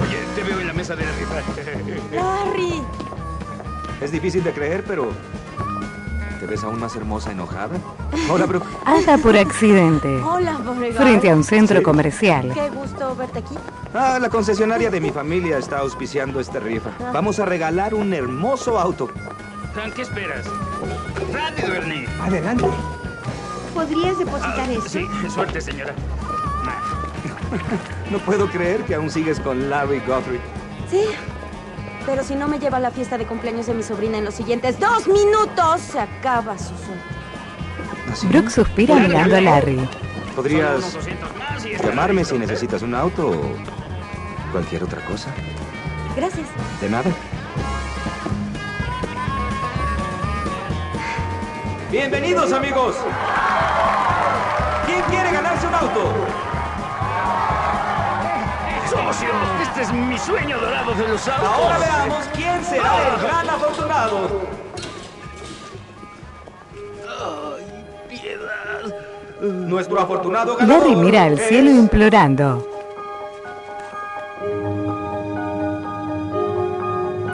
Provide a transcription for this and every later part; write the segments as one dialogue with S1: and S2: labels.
S1: Oye, te veo en la mesa de este, la rifa.
S2: Larry,
S3: Es difícil de creer, pero. ¿Te ves aún más hermosa enojada? Hola, Brooke.
S4: hasta por accidente.
S2: hola, Beauregard.
S4: Frente a un centro
S3: Sí.
S4: comercial,
S2: Qué gusto verte aquí.
S3: Ah, la concesionaria de mi familia está auspiciando esta rifa.
S4: Ah.
S3: Vamos a regalar un hermoso auto.
S1: Hank, ¿qué esperas? ¡Rápido, Ernie! Ah,
S3: Adelante.
S2: ¿Podrías depositar
S1: Sí, suerte, señora. Ah,
S3: No puedo creer que aún sigues con Larry Guthrie.
S2: Sí. Pero si no me lleva a la fiesta de cumpleaños de mi sobrina en los siguientes dos minutos, se acaba su sueño.
S4: Brooke suspira mirando a Larry.
S1: solo unos
S3: ¿Podrías
S1: 200 más y está
S3: llamarme
S1: listo.
S3: si necesitas un auto o cualquier otra cosa?
S2: Gracias.
S3: De nada. Bienvenidos amigos. ¿Quién quiere ganarse un auto?
S1: ¡Socio! Este es mi sueño dorado de los autos.
S3: Ahora veamos quién será
S1: Ah.
S3: el gran afortunado.
S1: ¡Ay, piedad!
S3: Nuestro afortunado ganador.
S4: Larry mira al
S3: es-
S4: cielo implorando.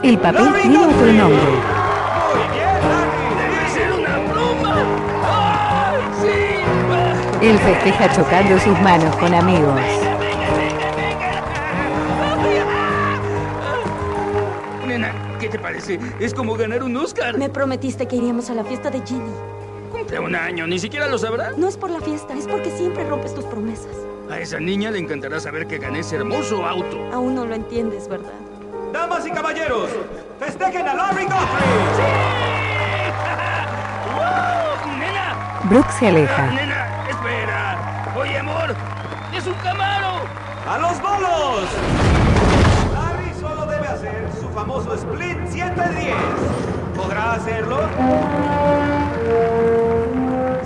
S4: El papel
S3: Larry
S4: tiene otro
S3: Guthrie.
S4: nombre.
S3: Muy bien, Larry.
S1: ¡Debe ser una pluma! ¡Ay, sí! Ah,
S4: Él festeja chocando sus manos con amigos.
S1: Nena, ¿qué te parece? Es como ganar un Oscar.
S2: Me prometiste que iríamos a la fiesta de Jenny.
S1: Cumple un año, ni siquiera lo sabrá.
S2: No es por la fiesta, es porque siempre rompes tus promesas.
S1: A esa niña le encantará saber que gané ese hermoso auto.
S2: Aún no lo entiendes, ¿verdad?
S3: Damas y caballeros, festejen a Larry Guthrie.
S1: ¡Wow! ¡Nena!
S4: Brooke se
S1: Ah,
S4: aleja.
S1: ¡Nena! ¡Espera! ¡Oye, amor! ¡Es un camaro!
S3: A los bolos. Larry solo debe hacer su famoso split 710. ¿Podrá hacerlo?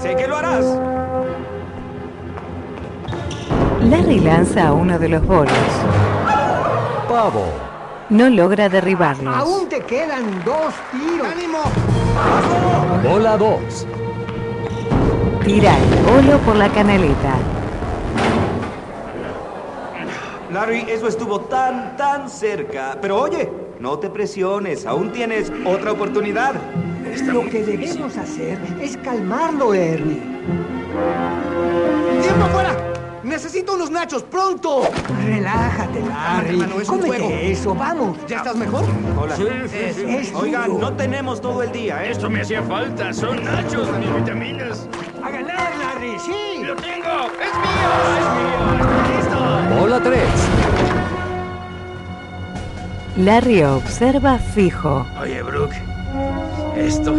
S3: Sé que lo harás.
S4: Larry lanza a uno de los bolos. No logra derribarlos.
S5: Aún te quedan dos tiros. ¡Ánimo!
S6: Bola 2.
S4: Tira el bolo por la canaleta.
S3: Larry, eso estuvo tan, tan cerca. Pero oye, no te presiones, aún tienes otra oportunidad.
S5: Lo que debemos hacer es calmarlo, Ernie.
S7: ¡Tiempo fuera! ¡Necesito unos nachos, pronto!
S5: Relájate, Larry.
S7: hermano, es un
S5: Cómete
S7: juego.
S5: eso, vamos.
S7: ¿Ya estás mejor?
S3: Hola.
S1: sí, sí.
S5: Es
S3: Oigan,
S5: duro.
S3: no tenemos todo el día, ¿eh?
S1: Esto me hacía falta. Son nachos, mis vitaminas.
S5: A ganar, Larry, sí.
S1: ¡Lo tengo! ¡Es mío! ¡Es mío! ¡Listo!
S6: Bola 3.
S4: Larry observa fijo.
S1: Oye, Brooke. Esto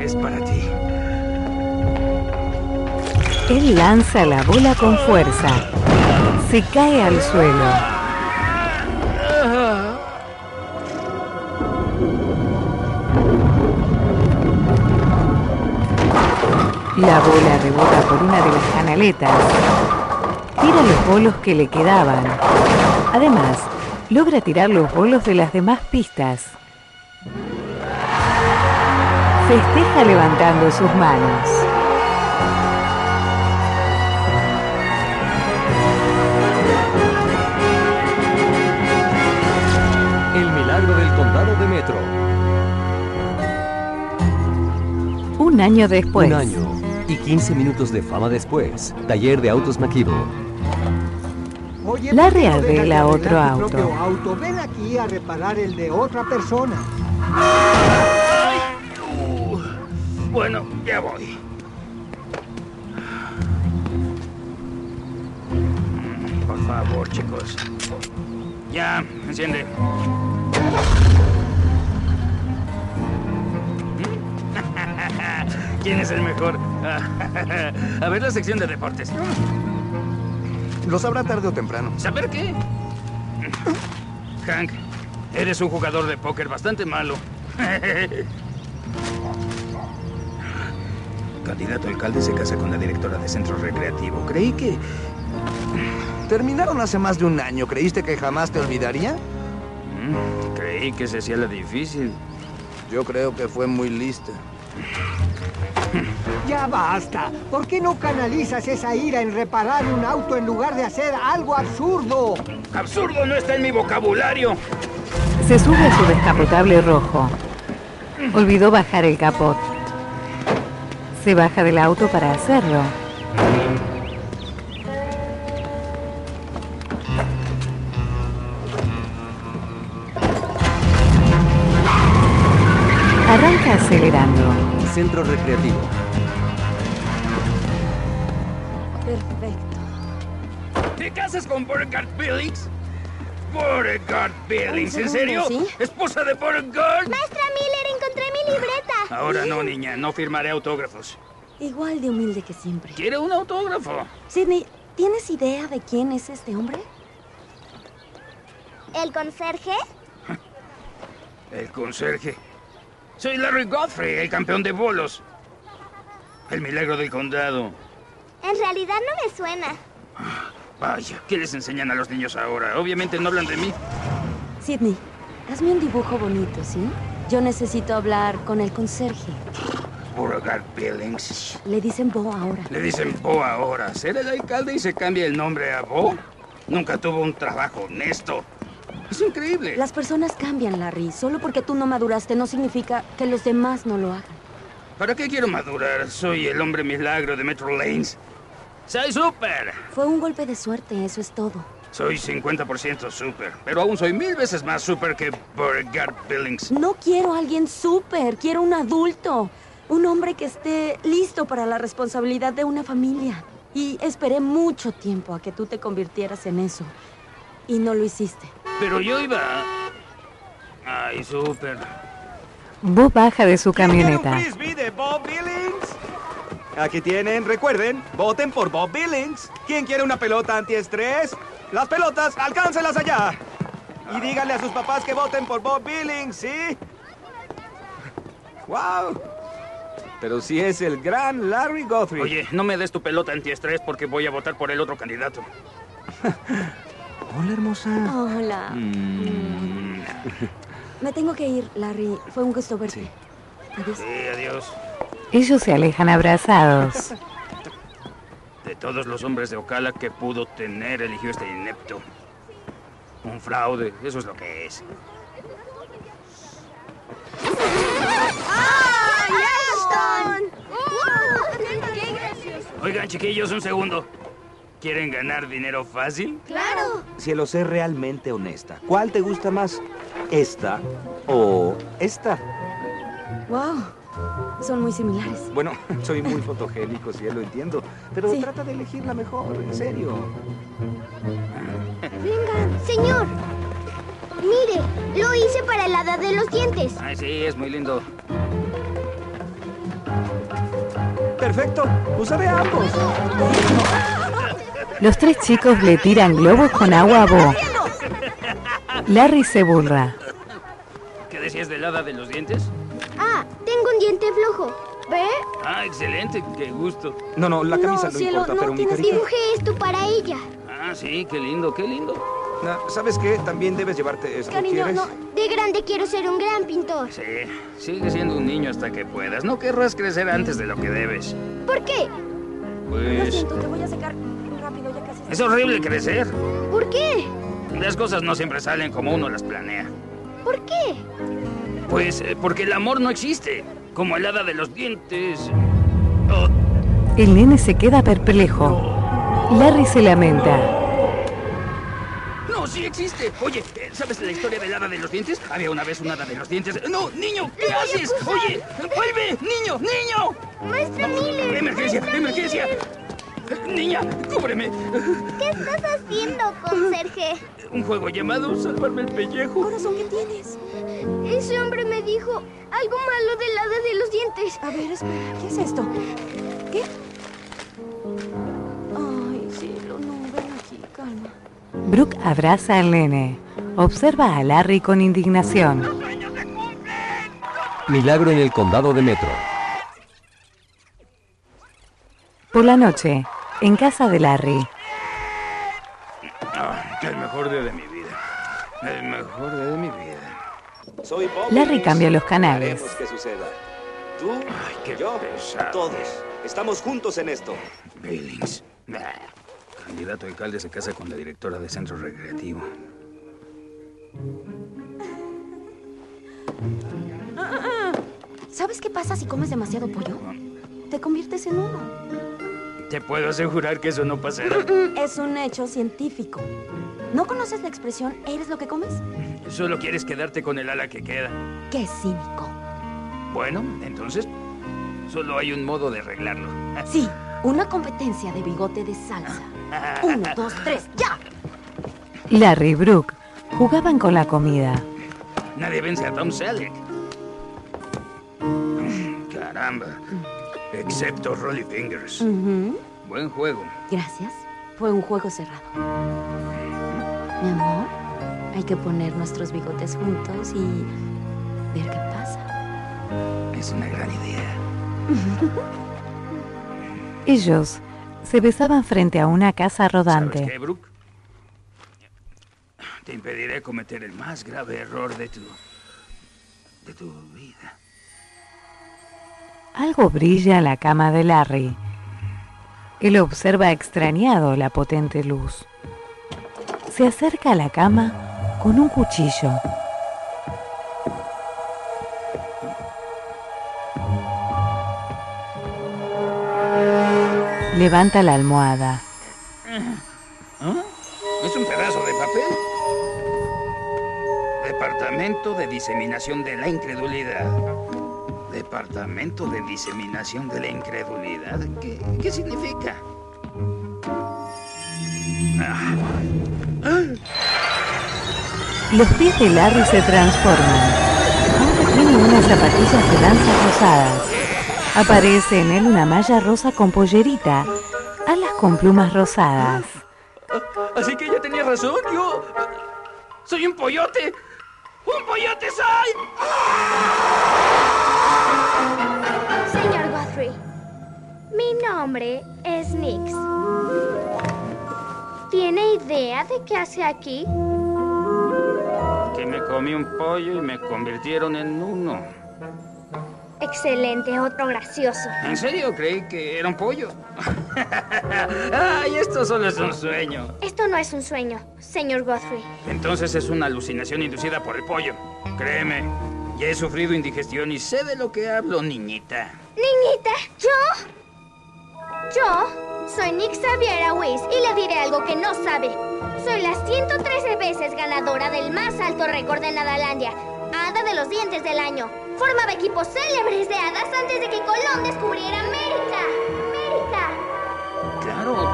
S1: es para ti.
S4: Él lanza la bola con fuerza. Se cae al suelo. La bola rebota por una de las canaletas. Tira los bolos que le quedaban. Además, logra tirar los bolos de las demás pistas. Festeja levantando sus manos.
S6: El milagro del condado de Metro.
S4: Un año después.
S6: Un año y 15 minutos de fama después. Taller de autos Maquivo.
S5: Oye,
S4: Larry
S5: ¿por qué no dejas de
S4: arregla
S5: arreglar
S4: otro
S5: tu
S4: auto.
S5: propio auto. Ven aquí a reparar el de otra persona.
S1: Uh, bueno, ya voy. Mm, Por favor, chicos. Ya, enciende. ¿Quién es el mejor? A ver la sección de deportes.
S7: Lo sabrá Ah, tarde o temprano.
S1: ¿Saber qué? Hank, eres un jugador de póker bastante malo. Candidato alcalde se casa con la directora de centro recreativo.
S7: Creí que... Terminaron hace más de un año. ¿Creíste que jamás te olvidaría?
S1: Mm, Creí que se hacía la difícil.
S7: Yo creo que fue muy lista.
S5: Ya basta. ¿Por qué no canalizas esa ira en reparar un auto en lugar de hacer algo absurdo?
S1: ¡Absurdo no está en mi vocabulario!
S4: Se sube a su descapotable rojo. Olvidó bajar el capot. Se baja del auto para hacerlo. Arranca acelerando.
S3: Centro recreativo.
S2: Perfecto.
S1: ¿Te casas con Beauregard Billings? ¿Beauregard Billings? ¿En serio?
S2: ¿Sí?
S1: ¿Esposa de Beauregard?
S8: Maestra Miller, encontré mi libreta.
S1: Ahora no, niña, no firmaré autógrafos.
S2: Igual de humilde que siempre.
S1: ¿Quiere un autógrafo?
S2: Sidney, ¿tienes idea de quién es este hombre?
S8: ¿El conserje?
S1: El conserje. Soy Larry Godfrey, el campeón de bolos. El milagro del condado.
S8: En realidad no me suena.
S1: Vaya, ¿qué les enseñan a los niños ahora? Obviamente no hablan de mí.
S2: Sidney, hazme un dibujo bonito, ¿sí? Yo necesito hablar con el conserje.
S1: Beauregard Billings.
S2: Le dicen Bo ahora.
S1: Le dicen Bo ahora. Ser el alcalde y se cambia el nombre a Bo. Nunca tuvo un trabajo honesto. Es increíble.
S2: Las personas cambian, Larry. Solo porque tú no maduraste no significa que los demás no lo hagan.
S1: ¿Para qué quiero madurar? Soy el hombre milagro de Metro Lanes. Soy súper.
S2: Fue un golpe de suerte, eso es todo.
S1: Soy 50% súper, pero aún soy mil veces más súper que Beauregard Billings.
S2: No quiero a alguien súper, quiero un adulto. Un hombre que esté listo para la responsabilidad de una familia. Y esperé mucho tiempo a que tú te convirtieras en eso. Y no lo hiciste.
S1: Pero yo iba... a- Ay, súper.
S4: Bob baja de su
S9: ¿Quieren
S4: camioneta.
S9: un frisbee
S3: Eh,
S9: de Bob Billings?
S7: Aquí tienen, recuerden, voten por Bob Billings. ¿Quién quiere una pelota antiestrés? Las pelotas, alcáncelas allá. Y díganle a sus papás que voten por Bob Billings, ¿sí? ¡Wow! Pero si es el gran Larry Godfrey.
S1: Oye, no me des tu pelota antiestrés porque voy a votar por el otro candidato.
S7: Hola, hermosa. Mm.
S2: Hola. Me tengo que ir, Larry. Fue un gusto verte. Adiós.
S1: Sí, adiós.
S4: Ellos se alejan abrazados.
S1: De todos los hombres de Ocala que pudo tener, eligió este inepto. Un fraude, eso es lo que es. Oigan, chiquillos, un segundo. ¿Quieren ganar dinero fácil?
S8: ¡Claro!
S3: Cielo, sé realmente honesta. ¿Cuál te gusta más? ¿Esta o esta?
S2: Wow. Son muy similares.
S3: Bueno, soy muy fotogénico, cielo, entiendo. Pero
S2: Sí.
S3: trata de elegir la mejor, en serio.
S8: Vengan. Señor, mire, lo hice para la edad de los dientes.
S1: Ay, sí, es muy lindo.
S7: Perfecto, usaré ambos.
S4: Los tres chicos le tiran globos con agua a Bo. Larry se burla.
S1: ¿Qué decías del hada de los dientes?
S8: Ah, tengo un diente flojo. ¿Ve?
S1: Ah, excelente, qué gusto.
S7: No, no, la
S2: No,
S7: camisa no,
S2: cielo,
S7: importa,
S2: no
S7: pero mi
S2: tienes
S7: carita.
S8: Dibujé esto para ella.
S1: Ah, sí, qué lindo, qué lindo.
S7: Ah, ¿Sabes qué? También debes llevarte esto.
S2: Cariño,
S7: ¿Quieres?
S2: no.
S8: De grande quiero ser un gran pintor.
S1: Sí, sigue siendo un niño hasta que puedas. No querrás crecer antes de lo que debes.
S8: ¿Por qué?
S2: Lo
S1: Pues...
S2: siento, te voy a secar rápido, ya casi.
S1: Es horrible crecer.
S8: ¿Por qué?
S1: Las cosas no siempre salen como uno las planea.
S8: ¿Por qué?
S1: Pues eh, porque el amor no existe. Como el hada de los dientes. Oh,
S4: El nene se queda perplejo. Larry se lamenta.
S1: no, sí existe. Oye, eh, ¿sabes la historia del hada de los dientes? Había una vez un hada de los dientes. No, niño, ¿qué
S8: voy a
S1: haces?
S8: acusar.
S1: Oye, eh, vuelve, niño, niño.
S8: Maestra Miller.
S1: Emergencia,
S8: maestra
S1: emergencia.
S8: Miller.
S1: Eh, Niña, cúbreme.
S8: ¿Qué estás haciendo, conserje?
S1: Un juego llamado Salvarme el pellejo.
S2: Corazón, ¿qué tienes?
S8: Ese hombre me dijo algo malo del lado de los dientes.
S2: A ver, espera, ¿qué es esto? ¿Qué? Ay, cielo, no, ven aquí, calma.
S4: Brooke abraza al nene. Observa a Larry con indignación.
S10: Milagro en el condado de Metro.
S4: Por la noche, en casa de Larry,
S1: Ah, el mejor día de mi vida. El mejor día de mi vida.
S7: Soy Bob
S4: Larry cambia los
S7: Haremos
S4: canales.
S7: que suceda. Tú, yo, todos. Estamos juntos en esto.
S1: Billings. Nah. Candidato a alcalde se casa con la directora de centro recreativo.
S2: Ah, ah. ¿Sabes qué pasa si comes demasiado pollo? Te conviertes en uno.
S1: Te puedo asegurar que eso no pasará.
S2: Es un hecho científico. ¿No conoces la expresión eres lo que comes?
S1: Solo quieres quedarte con el ala que queda.
S2: ¡Qué cínico!
S1: Bueno, entonces, solo hay un modo de arreglarlo.
S2: Sí, una competencia de bigote de salsa. Uno, dos, tres, ya.
S4: Larry y Brooke jugaban con la comida.
S1: Nadie vence a Tom Selleck. Caramba. Excepto Rolly Fingers.
S2: Ujú.
S1: Buen juego.
S2: Gracias. Fue un juego cerrado. Mi amor, hay que poner nuestros bigotes juntos y ver qué pasa.
S1: Es una gran idea.
S4: Ellos se besaban frente a una casa
S1: ¿Sabes
S4: rodante.
S1: qué, Brooke? Te impediré cometer el más grave error de tu. de tu vida.
S4: Algo brilla en la cama de Larry. Él observa extrañado la potente luz. Se acerca a la cama con un cuchillo. Levanta la almohada.
S1: ¿Ah? ¿Es un pedazo de papel? Departamento de Diseminación de la Incredulidad. Departamento de Diseminación de la Incredulidad. ¿Qué, qué significa? Ah.
S4: Los pies de Larry se transforman. Ahora tiene unas zapatillas de danzas rosadas. Aparece en él una malla rosa con pollerita, alas con plumas rosadas.
S11: Así que ella tenía razón, yo... Soy un pollote. ¡Un pollote soy!
S8: Señor Guthrie, mi nombre es Nix. ¿Tiene idea de qué hace aquí?
S1: Que me comí un pollo y me convirtieron en uno.
S8: Excelente, otro gracioso.
S1: ¿En serio? Creí que era un pollo. ¡Ay, esto solo es un sueño!
S8: Esto no es un sueño, señor Guthrie.
S1: Entonces es una alucinación inducida por el pollo. Créeme, ya he sufrido indigestión y sé de lo que hablo, niñita.
S8: Niñita, yo. Yo soy Nick Xaviera Wiz y le diré algo que no sabe. Soy la 113 veces ganadora del más alto récord de Nadalandia, Hada de los Dientes del Año. Formaba equipos célebres de hadas antes de que Colón descubriera América. ¡América!
S1: Claro,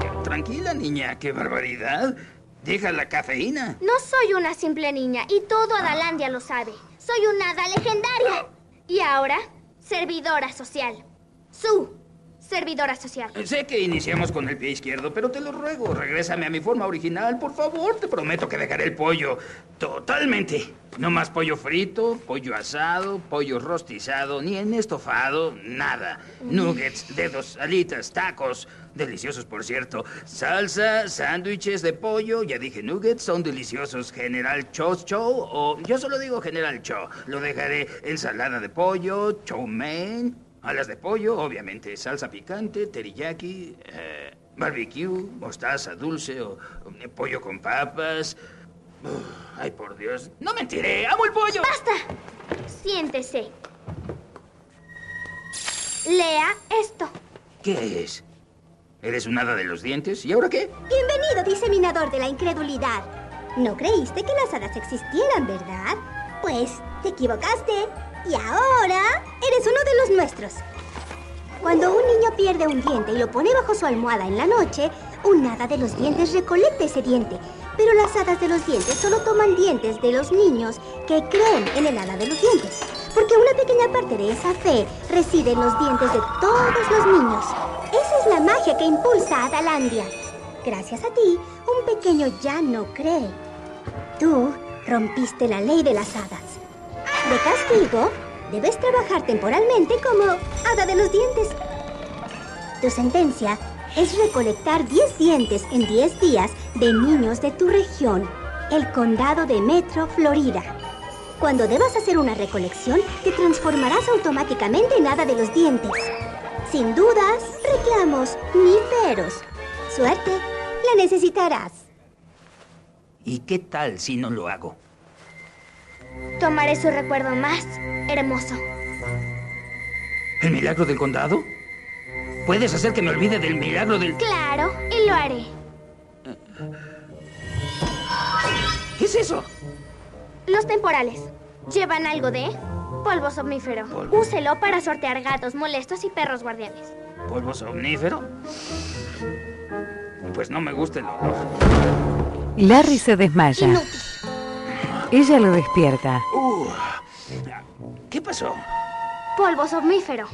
S1: pero tranquila, niña, qué barbaridad. Deja la cafeína.
S8: No soy una simple niña y todo Adalandia lo sabe. Soy una hada legendaria. Y ahora, servidora social. Su servidora social.
S1: Sé que iniciamos con el pie izquierdo, pero te lo ruego, regrésame a mi forma original, por favor. Te prometo que dejaré el pollo. Totalmente. No más pollo frito, pollo asado, pollo rostizado, ni en estofado, nada. Nuggets, dedos, alitas, tacos. Deliciosos, por cierto. Salsa, sándwiches de pollo, ya dije nuggets, son deliciosos. General Cho's Chow, o yo solo digo General Cho. Lo dejaré ensalada de pollo, chow mein, Alas de pollo, obviamente, salsa picante, teriyaki, eh, barbecue, mostaza dulce o eh, pollo con papas. Uf, ay, por Dios. No mentiré, amo el pollo.
S8: ¡Basta! Siéntese. Lea esto.
S1: ¿Qué es? ¿Eres un hada de los dientes? ¿Y ahora qué?
S12: Bienvenido, diseminador de la incredulidad. No creíste que las hadas existieran, ¿verdad? Pues te equivocaste. Y ahora eres uno de los nuestros. Cuando un niño pierde un diente y lo pone bajo su almohada en la noche, un hada de los dientes recolecta ese diente. Pero las hadas de los dientes solo toman dientes de los niños que creen en el hada de los dientes. Porque una pequeña parte de esa fe reside en los dientes de todos los niños. Esa es la magia que impulsa a Adalandia. Gracias a ti, un pequeño ya no cree. Tú rompiste la ley de las hadas. De castigo, debes trabajar temporalmente como hada de los dientes. Tu sentencia es recolectar 10 dientes en 10 días de niños de tu región, el condado de Metro, Florida. Cuando debas hacer una recolección, te transformarás automáticamente en hada de los dientes. Sin dudas, reclamos ni peros. Suerte, la necesitarás.
S1: ¿Y qué tal si no lo hago?
S8: Tomaré su recuerdo más hermoso.
S1: ¿El milagro del condado? ¿Puedes hacer que me olvide del milagro del...
S8: Claro, y lo haré.
S1: ¿Qué es eso?
S8: Los temporales. Llevan algo de polvo somnífero.
S1: ¿Polvo?
S8: Úselo para sortear gatos molestos y perros guardianes.
S1: ¿Polvo somnífero? Pues no me gusta el olor.
S4: Larry se desmaya. Ella lo despierta.
S1: Uh, ¿Qué pasó?
S8: Polvo somnífero.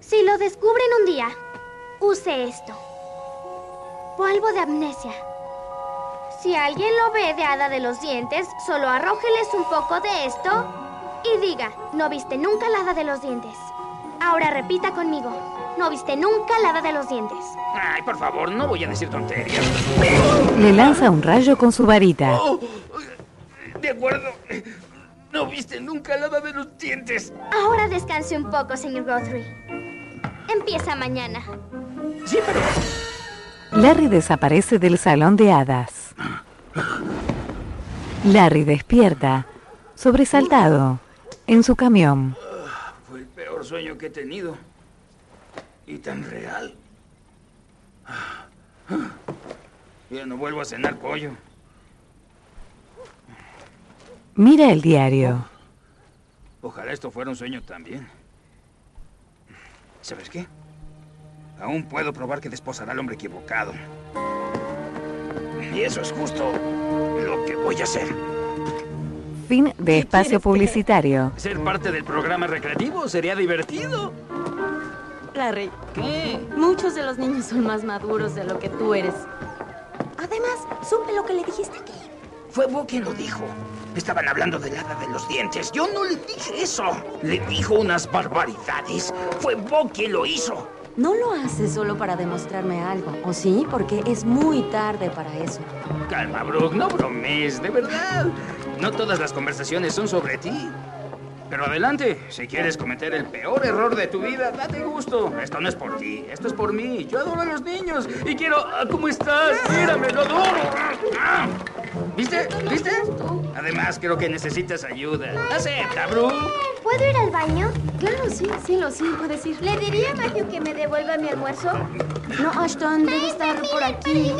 S8: Si lo descubren un día, use esto. Polvo de amnesia. Si alguien lo ve de hada de los dientes, solo arrójeles un poco de esto y diga, no viste nunca la hada de los dientes. Ahora repita conmigo, no viste nunca la hada de los dientes.
S1: Ay, por favor, no voy a decir tonterías.
S4: Le lanza un rayo con su varita.
S1: Oh, de acuerdo. No viste nunca la hada de los dientes.
S8: Ahora descanse un poco, señor Guthrie. Empieza mañana.
S1: Sí, pero...
S4: Larry desaparece del salón de hadas. Larry despierta, sobresaltado, en su camión.
S1: Ah, Fue el peor sueño que he tenido. Y tan real. Ya no vuelvo a cenar pollo.
S4: Mira el diario.
S1: Ojalá esto fuera un sueño también. ¿Sabes qué? Aún puedo probar que desposará al hombre equivocado. Y eso es justo lo que voy a hacer.
S4: Fin de espacio publicitario.
S1: Ser parte del programa recreativo sería divertido.
S2: Larry. ¿Qué? Muchos de los niños son más maduros de lo que tú eres. Además, supe lo que le dijiste aquí.
S1: Fue Bo quien lo dijo. Estaban hablando del hada de los dientes. Yo no le dije eso. Le dijo unas barbaridades. Fue Bo quien lo hizo.
S2: No lo haces solo para demostrarme algo, ¿o sí? Porque es muy tarde para eso.
S1: Calma, Brooke, no bromees, de verdad. No todas las conversaciones son sobre ti. Pero adelante, si quieres cometer el peor error de tu vida, date gusto. Esto no es por ti, esto es por mí. Yo adoro a los niños y quiero... Ah, ¿Cómo estás? Mírame, lo adoro. Ah, ¿Viste? ¿Viste? Además, creo que necesitas ayuda. Acepta, Brooke.
S8: ¿Puedo ir al baño?
S2: Claro, sí, sí, lo sí, puedes ir.
S8: ¿Le diría a Matthew que me devuelva mi almuerzo?
S2: No, Ashton, debe estar por aquí.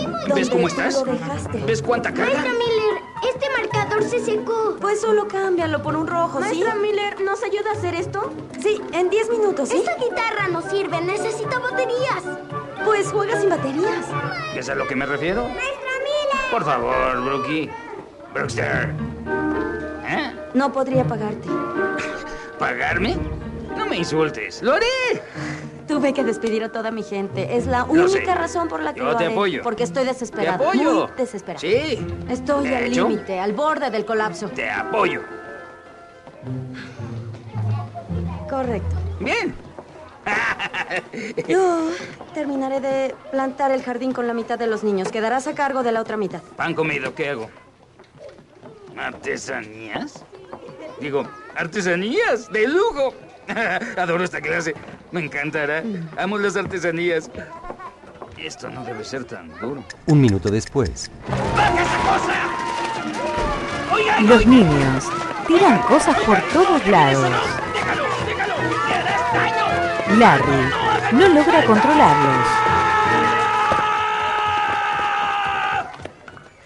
S2: ¿Dónde
S1: ¿Ves cómo
S2: tú
S1: estás?
S2: Lo dejaste.
S1: ¿Ves cuánta carga?
S8: Maestra Miller, este marcador se secó.
S2: Pues solo cámbialo por un rojo, ¿sí?
S8: Maestra Miller, ¿nos ayuda a hacer esto?
S2: Sí, en 10 minutos, ¿sí?
S8: Esta guitarra no sirve, necesito baterías.
S2: Pues juega sin baterías.
S1: ¿Es a lo que me refiero?
S8: Maestra Miller.
S1: Por favor, Brookie. Brookster. ¿Eh?
S2: No podría pagarte.
S1: ¿Pagarme? No me insultes. ¡Lo haré!
S2: Tuve que despedir a toda mi gente. Es la
S1: Lo sé.
S2: única razón por la que
S1: Yo
S2: lo
S1: te
S2: haré.
S1: apoyo.
S2: Porque estoy desesperada.
S1: ¡Te apoyo!
S2: Muy desesperada.
S1: Sí.
S2: Estoy
S1: ¿De
S2: al
S1: hecho?
S2: límite, al borde del colapso.
S1: Te apoyo.
S2: Correcto.
S1: Bien.
S2: Yo terminaré de plantar el jardín con la mitad de los niños. Quedarás a cargo de la otra mitad.
S1: Pan comido, ¿qué hago? ¿Artesanías? Digo, artesanías, de lujo. Adoro esta clase. Me encantará. Amo las artesanías. Esto no debe ser tan duro.
S10: Un minuto después.
S1: ¡Baja esa cosa! ¡Oigan,
S4: Los
S1: oigan!
S4: niños tiran cosas por todos lados.
S1: ¡Déjalo, déjalo! ¡Le harás daño!
S4: Larry no logra controlarlos.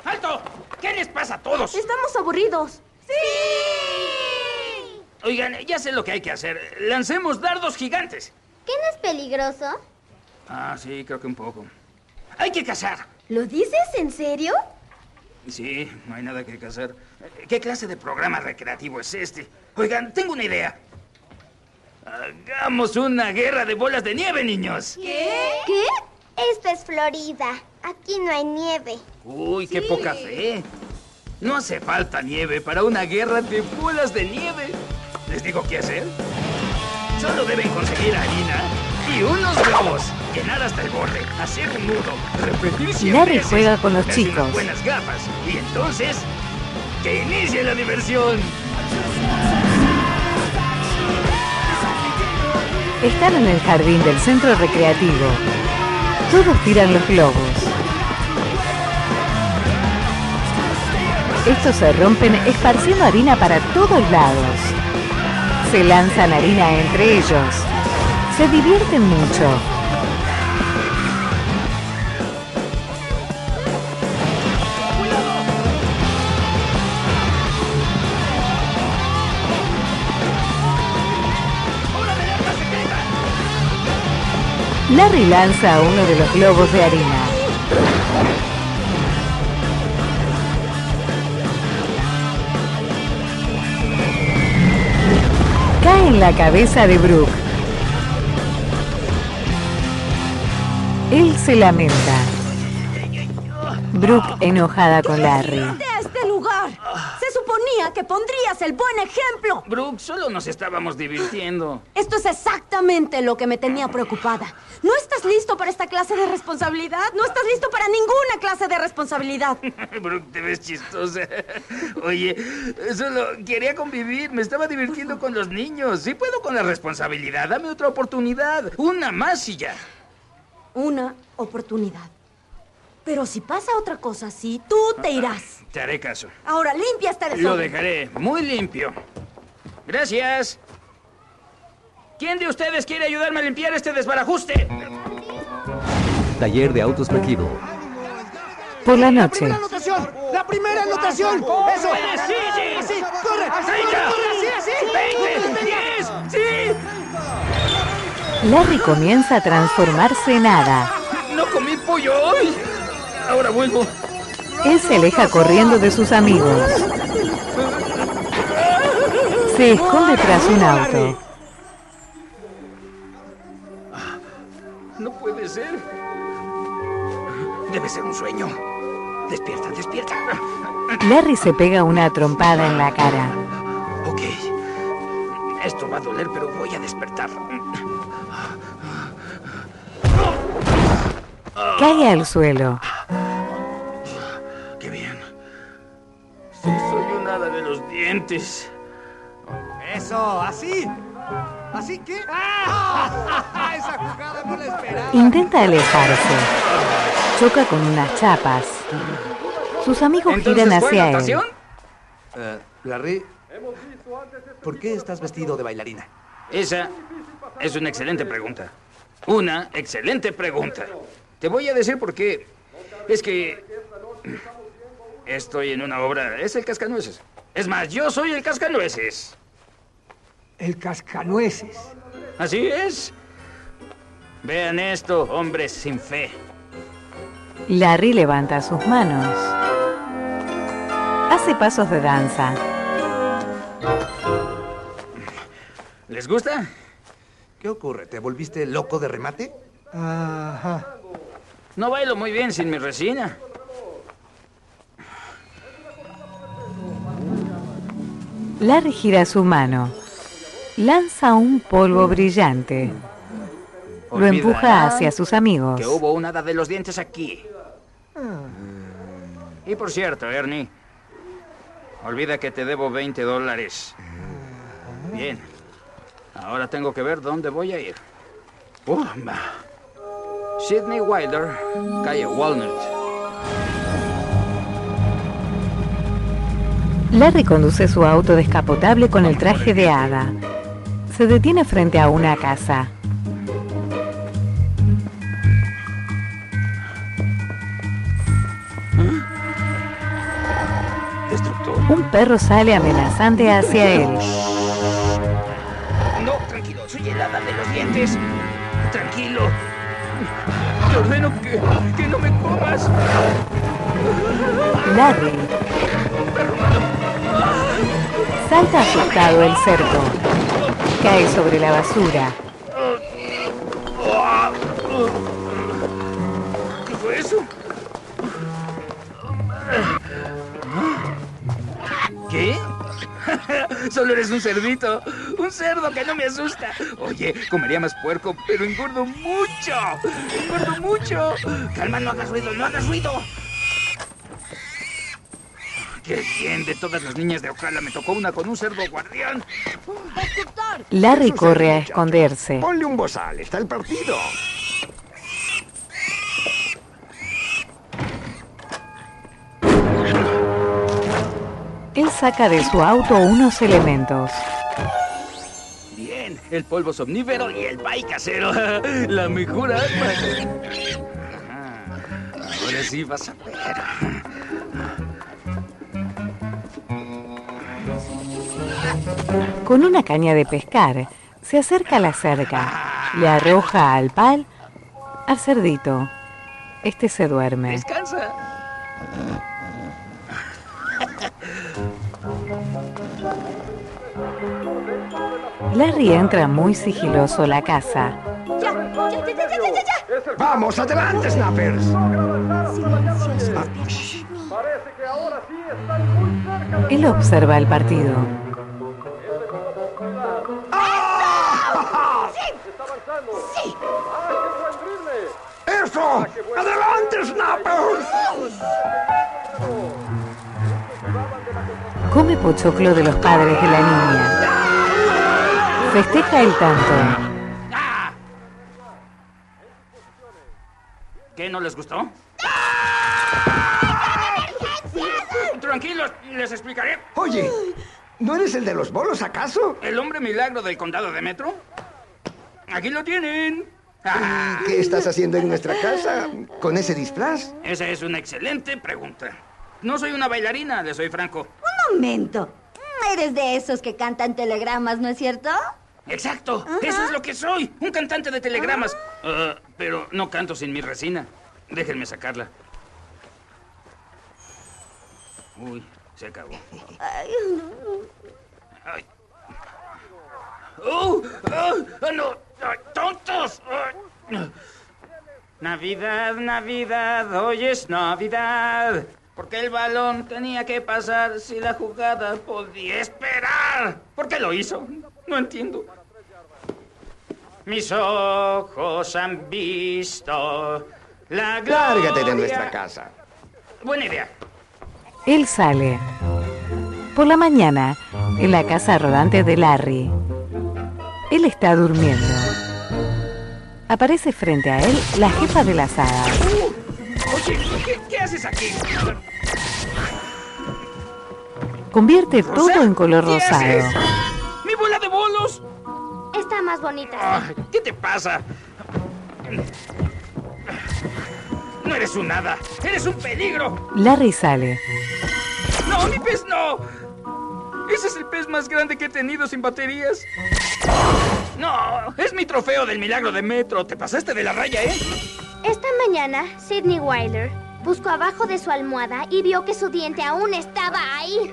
S1: ¡Alto! ¿Qué les pasa a todos?
S2: Estamos aburridos.
S8: ¡Sí!
S1: Oigan, ya sé lo que hay que hacer. Lancemos dardos gigantes.
S8: ¿Qué no es peligroso?
S1: Ah, sí, creo que un poco. Hay que cazar.
S8: ¿Lo dices en serio?
S1: Sí, no hay nada que cazar. ¿Qué clase de programa recreativo es este? Oigan, tengo una idea. Hagamos una guerra de bolas de nieve, niños.
S8: ¿Qué? ¿Qué? Esto es Florida. Aquí no hay nieve.
S1: Uy, qué poca fe. No hace falta nieve para una guerra de bolas de nieve. ¿Les digo qué hacer? Solo deben conseguir harina y unos globos. Llenar hasta el borde, hacer un nudo, repetir cien
S4: Larry
S1: veces,
S4: juega con los
S1: ponerse unas
S4: chicos.
S1: buenas gafas y entonces que inicie la diversión.
S4: Están en el jardín del centro recreativo. Todos tiran los globos. Estos se rompen esparciendo harina para todos lados. Se lanzan harina entre ellos. Se divierten mucho. Larry lanza uno de los globos de harina. Cae en la cabeza de Brooke. Él se lamenta. Brooke enojada con Larry.
S2: ¡De este lugar! Se suponía que pondrías el buen ejemplo.
S1: Brooke, solo nos estábamos divirtiendo.
S2: Esto es exactamente lo que me tenía preocupada. No estás listo para esta clase de responsabilidad. No estás listo para ninguna clase de responsabilidad.
S1: Brooke, te ves chistosa. Oye, solo quería convivir, me estaba divirtiendo con los niños. Sí puedo con la responsabilidad, dame otra oportunidad. Una más y ya.
S2: Una oportunidad. Pero si pasa otra cosa así, tú te irás.
S1: Te haré caso.
S2: Ahora limpia este
S1: Lo
S2: desorden.
S1: dejaré muy limpio. Gracias. ¿Quién de ustedes quiere ayudarme a limpiar este desbarajuste?
S10: Taller de autos Mejido.
S4: Por la noche,
S5: anotación! ¡La primera anotación! ¡Eso!
S1: ¡Sigue!
S5: ¡Así! ¡Corre! ¡Así! ¡Corre! ¡Así! ¡Así!
S1: ¡20! ¡10! ¡Sí!
S4: Larry comienza a transformarse en hada.
S1: No comí pollo hoy. Ahora vuelvo.
S4: Él se aleja corriendo de sus amigos. Se esconde tras un auto.
S1: No puede ser. Debe ser un sueño. Despierta, despierta.
S4: Larry se pega una trompada en la cara.
S1: Ok. Esto va a doler, pero voy a despertar.
S4: Cae al suelo.
S1: ¡Qué bien! Sí, soy un hada de los dientes.
S7: Eso, así. ¿Así que? ¡Ah! Esa jugada no la esperaba.
S4: Intenta alejarse. Choca con unas chapas. Sus amigos giran hacia él.
S3: Eh, Larry, ¿por qué estás vestido de bailarina?
S1: Esa es una excelente pregunta. Una excelente pregunta. Te voy a decir por qué. Es que estoy en una obra. Es el cascanueces. Es más, yo soy el cascanueces.
S5: El cascanueces.
S1: Así es. Vean esto, hombres sin fe.
S4: Larry levanta sus manos. Hace pasos de danza.
S1: ¿Les gusta?
S3: ¿Qué ocurre? ¿Te volviste loco de remate?
S5: Ajá.
S1: No bailo muy bien sin mi resina.
S4: Larry gira su mano. Lanza un polvo brillante. Lo
S1: Olvidarán
S4: empuja hacia sus amigos.
S1: Que hubo un hada de los dientes aquí.
S3: Ah.
S1: Y por cierto, Ernie, olvida que te debo 20 dólares.
S3: Ah.
S1: Bien. Ahora tengo que ver dónde voy a ir. Urma. Sidney Wilder, calle Walnut.
S4: Larry conduce su auto descapotable con el traje de hada. Se detiene frente a una casa.
S1: Destructor.
S4: Un perro sale amenazante hacia él.
S1: No, tranquilo, soy el hada de los dientes. Tranquilo. Te ordeno que, que no me comas.
S4: Larry salta asustado el cerco. Cae
S1: Ah.
S4: sobre la basura.
S1: Solo eres un cerdito. Un cerdo que no me asusta. Oye, comería más puerco, pero engordo mucho. Engordo mucho. Calma, no hagas ruido, no hagas ruido. Qué bien, de todas las niñas de Ocala me tocó una con un cerdo guardián.
S4: Larry corre a esconderse.
S13: Ponle un bozal, Pues está el partido.
S4: Él saca de su auto unos elementos.
S1: Bien, el polvo somnífero y el pay casero. La mejor arma. Ajá, Ahora sí vas a ver.
S4: Con una caña de pescar, se acerca a la cerca, le arroja al pal al cerdito. Este se duerme.
S1: Descansa.
S4: Larry entra muy sigiloso a la casa.
S13: Vamos, adelante, Snappers.
S4: Él observa el partido.
S13: ¡Sí! ¡Eso! Ah, ¡Adelante, Snappers!
S4: Come pochoclo de los padres de la niña. Festeja el tanto.
S1: ¿Qué? ¿No les gustó? Tranquilos, les explicaré.
S13: Oye, ¿no eres el de los bolos acaso?
S1: ¿El hombre milagro del condado de Metro? Aquí lo tienen. Ah,
S13: ¿Qué estás haciendo en nuestra casa con ese disfraz?
S1: esa es una excelente pregunta. No soy una bailarina, les soy franco.
S12: Un momento. Mm, Eres de esos que cantan telegramas, ¿no es cierto?
S1: Exacto, eso es lo que soy, un cantante de telegramas. Ah, pero no canto sin mi resina. Déjenme sacarla. Uy, se acabó.
S12: Ay, no.
S1: Ay. ¡Oh! ¡Ah! ¡Ah, no! ¡Ay, ¡Tontos! Ay. Navidad, Navidad, hoy es Navidad. Porque el balón tenía que pasar si la jugada podía esperar. ¿Por qué lo hizo? No entiendo. Mis ojos han visto la gloria.
S13: Lárgate de nuestra casa.
S1: Buena idea.
S4: Él sale. Por la mañana, en la casa rodante de Larry. Él está durmiendo. Aparece frente a él la jefa de las hadas.
S1: Oye, ¿qué, qué haces aquí?
S4: Convierte todo en color
S1: ¿Qué haces?
S4: rosado.
S1: ¡Mi bola de bolos!
S8: Está más bonita.
S1: Ay, ¿Qué te pasa? No eres un nada, eres un peligro.
S4: Larry sale.
S1: No, mi pez no. Ese es el pez más grande que he tenido sin baterías. No, es mi trofeo del milagro de metro. Te pasaste de la raya, ¿eh?
S8: Esta mañana, Sidney Wilder buscó abajo de su almohada y vio que su diente aún estaba ahí.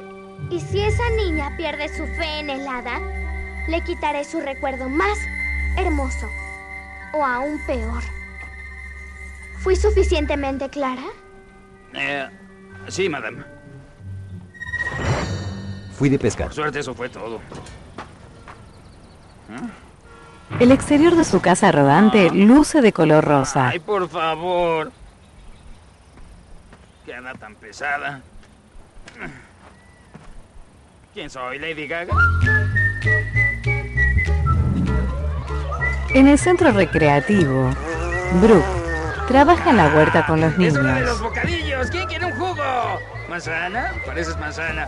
S8: Y si esa niña pierde su fe en el hada, le quitaré su recuerdo más hermoso. O aún peor. ¿Fui suficientemente clara?
S1: Eh, sí, madame.
S10: Fui de pesca.
S1: Por suerte eso fue todo. ¿Eh?
S4: El exterior de su casa rodante luce de color rosa.
S1: Ay, por favor. Qué hada tan pesada. ¿Quién soy, Lady Gaga?
S4: En el centro recreativo, Brooke trabaja en la huerta con los
S1: ¡Es hora de los
S4: niños.
S1: bocadillos! ¿Quién quiere un jugo? ¿Manzana? Pareces manzana.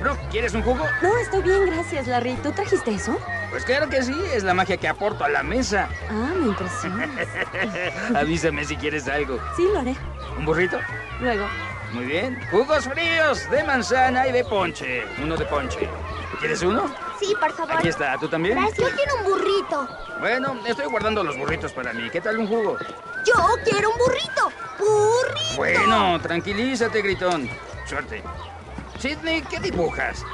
S1: Brooke, ¿quieres un jugo?
S2: No, estoy bien, gracias, Larry. ¿Tú trajiste eso?
S1: Pues claro que sí, es la magia que aporto a la mesa.
S2: Ah, me impresionas.
S1: Avísame si quieres algo.
S2: Sí, lo haré.
S1: ¿Un burrito?
S2: Luego.
S1: Muy bien. Jugos fríos de manzana y de ponche. Uno de ponche. ¿Quieres uno?
S8: Sí, por favor.
S1: Aquí está, ¿tú también?
S8: Gracias. Yo quiero un burrito.
S1: Bueno, estoy guardando los burritos para mí. ¿Qué tal un jugo?
S8: Yo quiero un burrito. Burrito.
S1: Bueno, tranquilízate, gritón. Suerte. Sidney, ¿qué dibujas?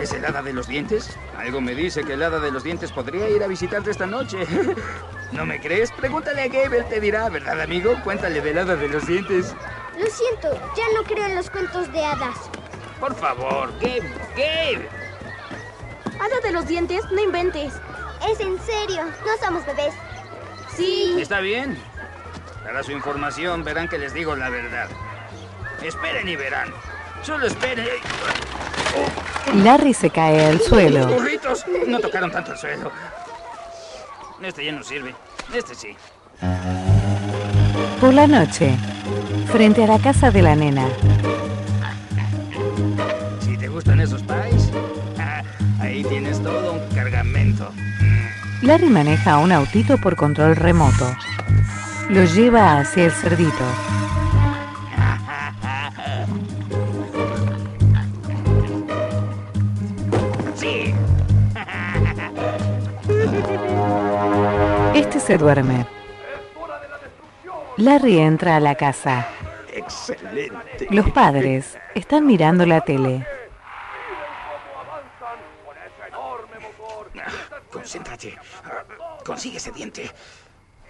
S1: ¿Es el hada de los dientes? Algo me dice que el hada de los dientes podría ir a visitarte esta noche. ¿No me crees? Pregúntale a Gabe, él te dirá, ¿verdad, amigo? Cuéntale del hada de los dientes.
S8: Lo siento, ya no creo en los cuentos de hadas.
S1: Por favor, Gabe, Gabe.
S2: Ana de los dientes, no inventes.
S8: Es en serio, no somos bebés.
S2: Sí.
S1: Está bien. Dará su información, verán que les digo la verdad. Esperen y verán. Solo esperen.
S4: Larry se cae al suelo.
S1: Los burritos no tocaron tanto el suelo. Este ya no sirve. Este sí.
S4: Por la noche, frente a la casa de la nena,
S1: Si te gustan esos pies, ah, ahí tienes todo un cargamento.
S4: Larry maneja un autito por control remoto. Lo lleva hacia el cerdito.
S1: Sí.
S4: Este se duerme. Larry entra a la casa.
S14: Excelente.
S4: Los padres están mirando la tele.
S1: Concéntrate. Ah, Consigue ese diente.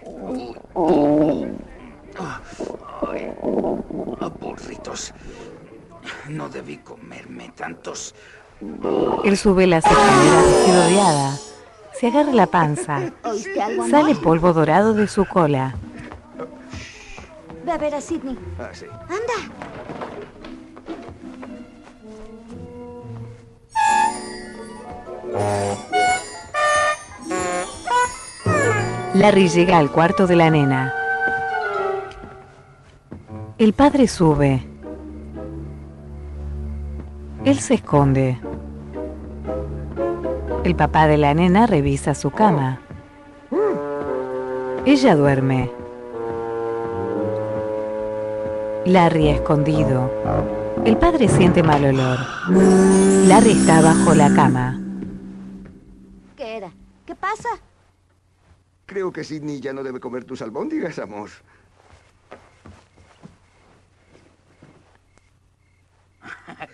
S8: Oh.
S1: Ah, ah, burritos. No debí comerme tantos.
S4: Él sube las escaleras rodeada. Se agarra la panza. Sale polvo dorado de su cola.
S2: Ve a ver a Sidney.
S3: Ah, sí.
S2: Anda.
S4: Larry llega al cuarto de la nena. El padre sube. Él se esconde. El papá de la nena revisa su cama. Ella duerme. Larry escondido. El padre siente mal olor. Larry está bajo la cama.
S12: ¿Qué era? ¿Qué pasa?
S13: Creo que Sidney ya no debe comer tus albóndigas, amor.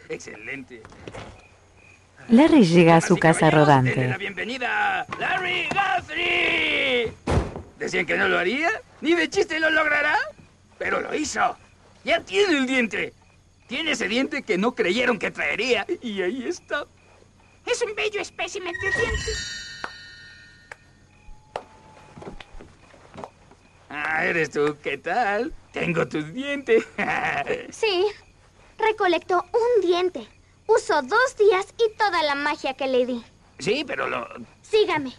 S1: Excelente.
S4: Larry llega a su casa
S1: Denle la
S4: rodante.
S1: bienvenida, Larry Guthrie. Decían que no lo haría, ni de chiste lo logrará, pero lo hizo. Ya tiene el diente. Tiene ese diente que no creyeron que traería. Y ahí está.
S15: Es un bello espécimen de diente.
S1: Ah, eres tú, ¿qué tal? Tengo tus dientes.
S8: Sí. Recolectó un diente. Usó dos días y toda la magia que le di.
S1: sí, pero lo...
S8: Sígame.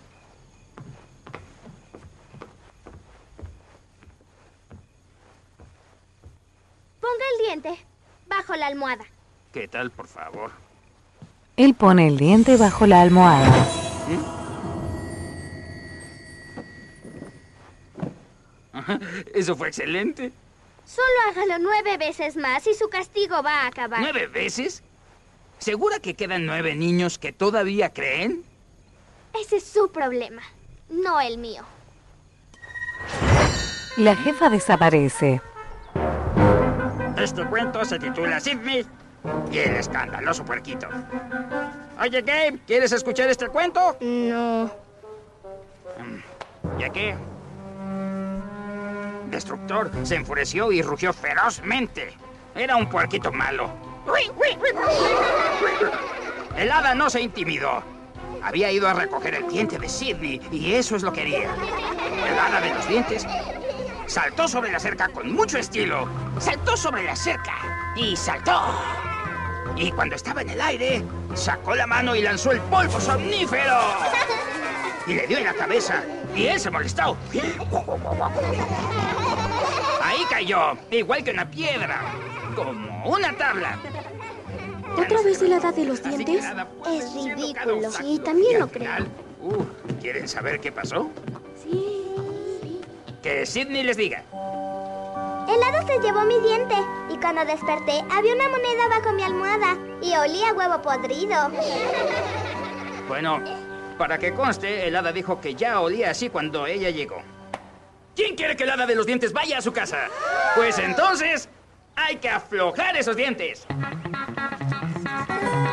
S8: Ponga el diente bajo la almohada.
S1: ¿Qué tal, por favor?
S4: Él pone el diente bajo la almohada.
S1: Ajá, Eso fue excelente.
S8: Solo hágalo nueve veces más y su castigo va a acabar.
S1: ¿Nueve veces? ¿Segura que quedan nueve niños que todavía creen?
S8: Ese es su problema, no el mío.
S4: La jefa desaparece.
S1: Este cuento se titula Sidney y el escandaloso puerquito. Oye, Gabe, ¿quieres escuchar este cuento?
S12: No.
S1: ¿Ya qué? Destructor se enfureció y rugió ferozmente. Era un puerquito malo. El hada no se intimidó. Había ido a recoger el diente de Sidney y eso es lo que quería. El hada de los dientes saltó sobre la cerca con mucho estilo. Saltó sobre la cerca y saltó. Y cuando estaba en el aire, sacó la mano y lanzó el polvo somnífero. Y le dio en la cabeza. Y él se molestó. Ahí cayó, igual que una piedra. Como una tabla.
S2: ¿Otra vez el hada de los dientes?
S1: pues,
S12: Es ridículo. Sí, también lo creo.
S1: Uh, ¿Quieren saber qué pasó? Que Sidney les diga.
S8: El hada se llevó mi diente y cuando desperté había una moneda bajo mi almohada y olía a huevo podrido.
S1: Bueno, para que conste, el hada dijo que ya olía así cuando ella llegó. ¿Quién quiere que el hada de los dientes vaya a su casa? Pues entonces, hay que aflojar esos dientes.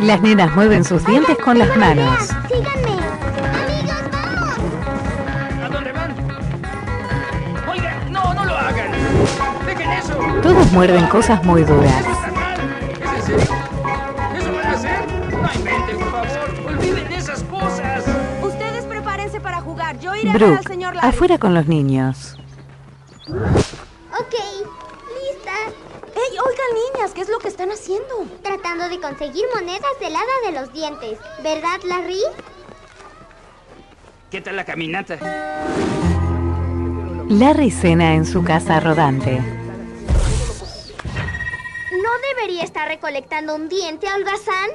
S4: Las nenas mueven sus dientes con las manos.
S8: Síganme.
S1: ¿A dónde van? Oigan, no, no lo hagan. Dejen eso.
S4: Todos muerden cosas muy duras.
S1: ¿Es en serio? ¿Eso van a hacer? No inventen, por favor. Olviden esas cosas.
S2: comprar. Yo iré a ver al
S4: Brooke,
S2: señor Larry.
S4: afuera con los niños.
S8: Ok, lista.
S2: ¡Ey, oigan, niñas! ¿Qué es lo que están haciendo?
S8: Tratando de conseguir monedas del hada de los dientes. ¿Verdad, Larry?
S1: ¿Qué tal la caminata?
S4: Larry cena en su casa rodante.
S8: ¿No debería estar recolectando un diente, holgazán?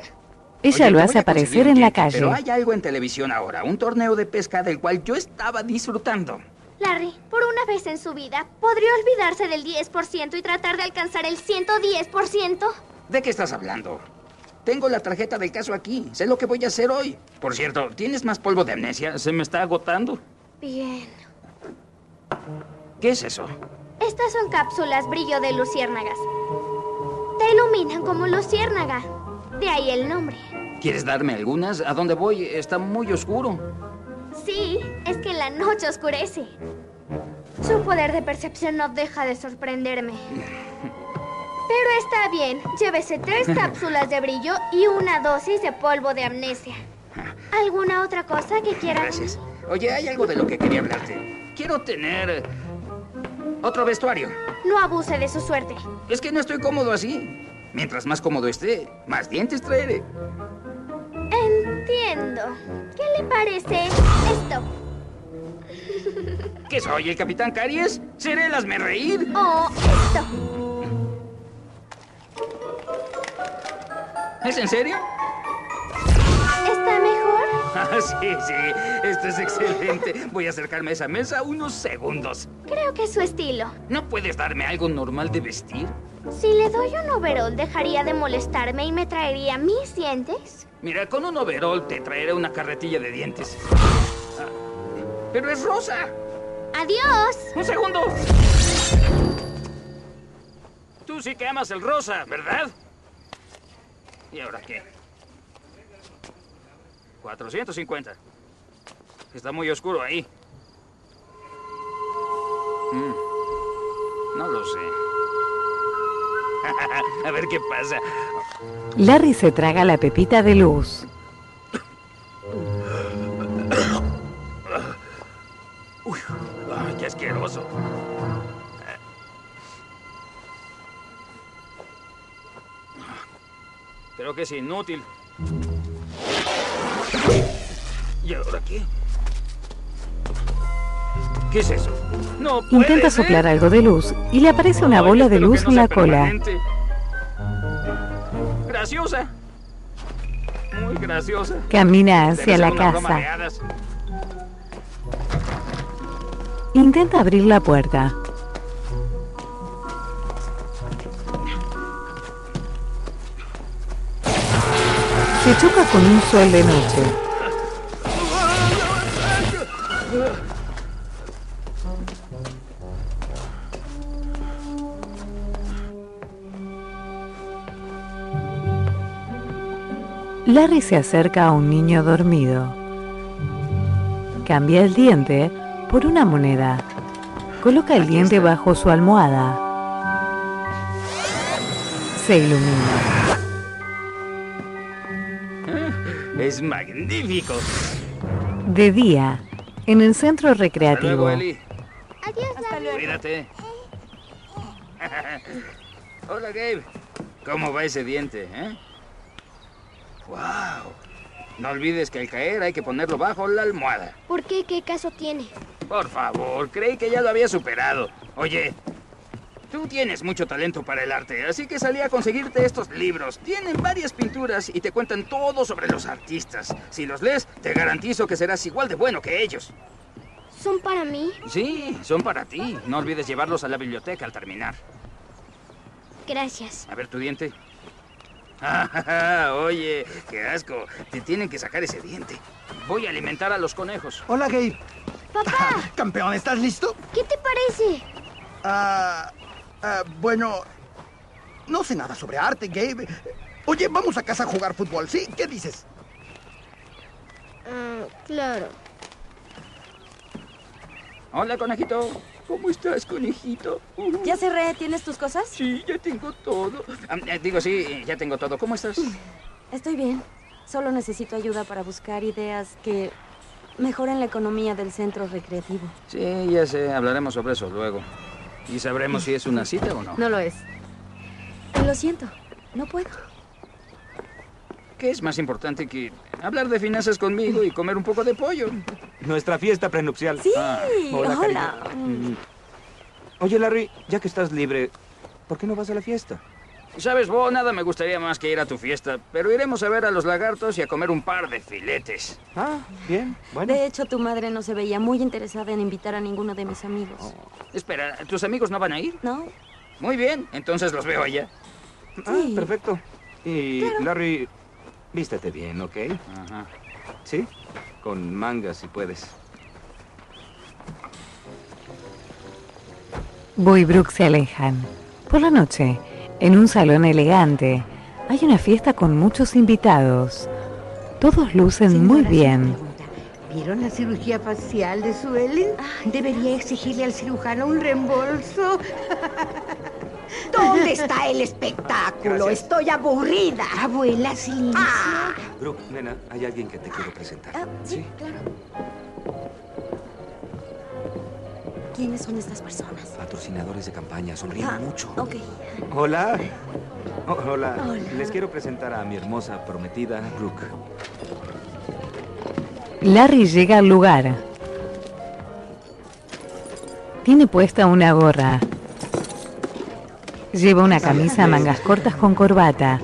S4: Ella
S1: Oye,
S4: lo hace
S1: te voy a conseguir
S4: aparecer
S1: un
S4: en la
S1: ticket,
S4: calle.
S1: Pero hay algo en televisión ahora, un torneo de pesca del cual yo estaba disfrutando.
S8: Larry, por una vez en su vida, ¿podría olvidarse del 10% y tratar de alcanzar el 110%?
S1: ¿De qué estás hablando? Tengo la tarjeta del caso aquí, sé lo que voy a hacer hoy. Por cierto, ¿tienes más polvo de amnesia? Se me está agotando.
S8: Bien.
S1: ¿Qué es eso?
S8: Estas son cápsulas brillo de luciérnagas. Te iluminan como luciérnaga. De ahí el nombre.
S1: ¿Quieres darme algunas? ¿A dónde voy? Está muy oscuro.
S8: Sí, es que la noche oscurece. Su poder de percepción no deja de sorprenderme. Pero está bien, llévese tres cápsulas de brillo y una dosis de polvo de amnesia. ¿Alguna otra cosa que quieran?
S1: Gracias. Oye, hay algo de lo que quería hablarte. Quiero tener... eh, Otro vestuario.
S8: No abuse de su suerte.
S1: Es que no estoy cómodo así. Mientras más cómodo esté, más dientes traeré.
S8: Entiendo. ¿Qué le parece esto?
S1: ¿Qué soy, el Capitán Caries? ¿Seré el hazme reír?
S8: Oh, esto.
S1: ¿Es en serio?
S8: ¿Está mejor?
S1: Ah, sí, sí. Esto es excelente. Voy a acercarme a esa mesa unos segundos.
S8: Creo que es su estilo.
S1: ¿No puedes darme algo normal de vestir?
S8: Si le doy un overall, ¿dejaría de molestarme y me traería mis dientes?
S1: Mira, con un overol te traeré una carretilla de dientes. Ah, Pero es rosa.
S8: ¡Adiós!
S1: ¡Un segundo! Tú sí que amas el rosa, ¿verdad? ¿Y ahora qué? 450. Está muy oscuro ahí. Mm, No lo sé. A ver qué pasa.
S4: Larry se traga la pepita de luz.
S1: Uy, ay, qué asqueroso. Creo que es inútil. ¿Y ahora qué? ¿Qué es eso? No puede
S4: Intenta
S1: ser.
S4: soplar algo de luz y le aparece una
S1: Ay,
S4: bola de
S1: espero
S4: luz
S1: que no
S4: en la
S1: sea
S4: cola.
S1: permanente. Graciosa. Muy graciosa.
S4: Camina
S1: Debe
S4: hacia
S1: ser
S4: la
S1: una broma
S4: casa.
S1: de hadas.
S4: Intenta abrir la puerta. Se choca con un sol de noche. Larry se acerca a un niño dormido. Cambia el diente por una moneda. Coloca el diente bajo su almohada. Se ilumina.
S1: Es magnífico.
S4: De día, en el centro
S1: Hasta
S4: recreativo,
S1: luego, Eli.
S8: Adiós, Larry.
S1: Cuídate. Hola, Gabe. ¿Cómo va ese diente, eh? ¡Wow! No olvides que al caer hay que ponerlo bajo la almohada.
S8: ¿Por qué? ¿Qué caso tiene?
S1: Por favor, creí que ya lo había superado. Oye, tú tienes mucho talento para el arte, así que salí a conseguirte estos libros. Tienen varias pinturas y te cuentan todo sobre los artistas. Si los lees, te garantizo que serás igual de bueno que ellos.
S8: ¿Son para mí?
S1: Sí, son para ti. No olvides llevarlos a la biblioteca al terminar.
S8: Gracias.
S1: A ver tu diente. Ah, oye, qué asco. Te tienen que sacar ese diente. Voy a alimentar a los conejos.
S14: Hola, Gabe.
S8: ¡Papá!
S14: Campeón, ¿estás listo?
S8: ¿Qué te parece?
S14: Ah, ah, bueno, no sé nada sobre arte, Gabe. Oye, vamos a casa a jugar fútbol, ¿sí? ¿Qué dices?
S8: Ah, claro.
S1: Hola, conejito. ¿Cómo estás, conejito? Uh,
S2: ¿Ya cerré? ¿Tienes tus cosas?
S1: Sí, ya tengo todo. ah, eh, digo, sí, ya tengo todo. ¿Cómo estás?
S2: Estoy bien. Solo necesito ayuda para buscar ideas que mejoran la economía del centro recreativo.
S1: Sí, ya sé, hablaremos sobre eso luego. Y sabremos si es una cita o no.
S2: No lo es. Lo siento, no puedo.
S1: ¿Qué es más importante que hablar de finanzas conmigo y comer un poco de pollo?
S3: Nuestra fiesta prenupcial.
S2: Sí,
S3: Ah,
S2: hola.
S3: cariño. Mm. Oye, Larry, ya que estás libre, ¿por qué no vas a la fiesta?
S1: Sabes, Bo, nada me gustaría más que ir a tu fiesta, pero iremos a ver a los lagartos y a comer un par de filetes.
S3: Ah, bien,
S2: De hecho, tu madre no se veía muy interesada en invitar a ninguno de mis amigos.
S1: Oh. Espera, ¿tus amigos no van a ir?
S2: No.
S1: Muy bien, entonces los veo allá.
S3: Ah, perfecto. Y, Larry, vístete bien, ¿ok? Ajá. ¿Sí? Con mangas, si puedes.
S4: Bo y Brooke se alejan. Por la noche, en un salón elegante, hay una fiesta con muchos invitados. Todos lucen muy bien.
S16: ¿Vieron la cirugía facial de su Ellen?
S12: Ah,
S16: Debería exigirle al cirujano un reembolso.
S12: ¿Dónde está el espectáculo?
S3: Gracias.
S12: Estoy aburrida. Abuela, silencio.
S8: Ah,
S3: Brooke, nena, hay alguien que te quiero presentar.
S2: Ah, sí, claro. ¿Quiénes son estas personas?
S3: Patrocinadores de campaña, sonríen
S2: Ah,
S3: mucho.
S2: Ok.
S3: Hola. Oh, hola.
S2: Hola.
S3: Les quiero presentar a mi hermosa prometida, Brooke.
S4: Larry llega al lugar. Tiene puesta una gorra. Lleva una camisa a mangas cortas con corbata.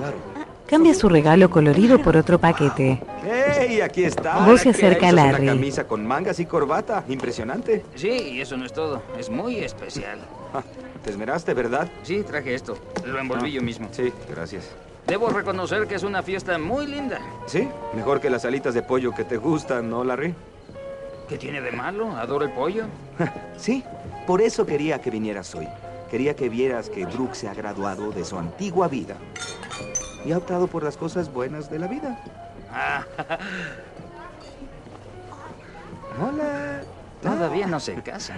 S4: Cambia su regalo colorido por otro paquete.
S3: ¡Hey! Aquí está.
S4: Vos se acerca
S3: Eso es
S4: Larry.
S3: Una camisa con mangas y corbata. Impresionante.
S1: Sí, y eso no es todo. Es muy especial.
S3: Ah, te esmeraste, ¿verdad?
S1: Sí, traje esto. Lo envolví
S3: Ah,
S1: yo mismo.
S3: Sí, gracias.
S1: Debo reconocer que es una fiesta muy linda.
S3: Sí, mejor que las alitas de pollo que te gustan, ¿no, Larry?
S1: ¿Qué tiene de malo? Adoro el pollo.
S3: Sí, por eso quería que vinieras hoy. Quería que vieras que Brooke se ha graduado de su antigua vida y ha optado por las cosas buenas de la vida.
S1: Ah,
S3: Hola.
S1: todavía no se casan.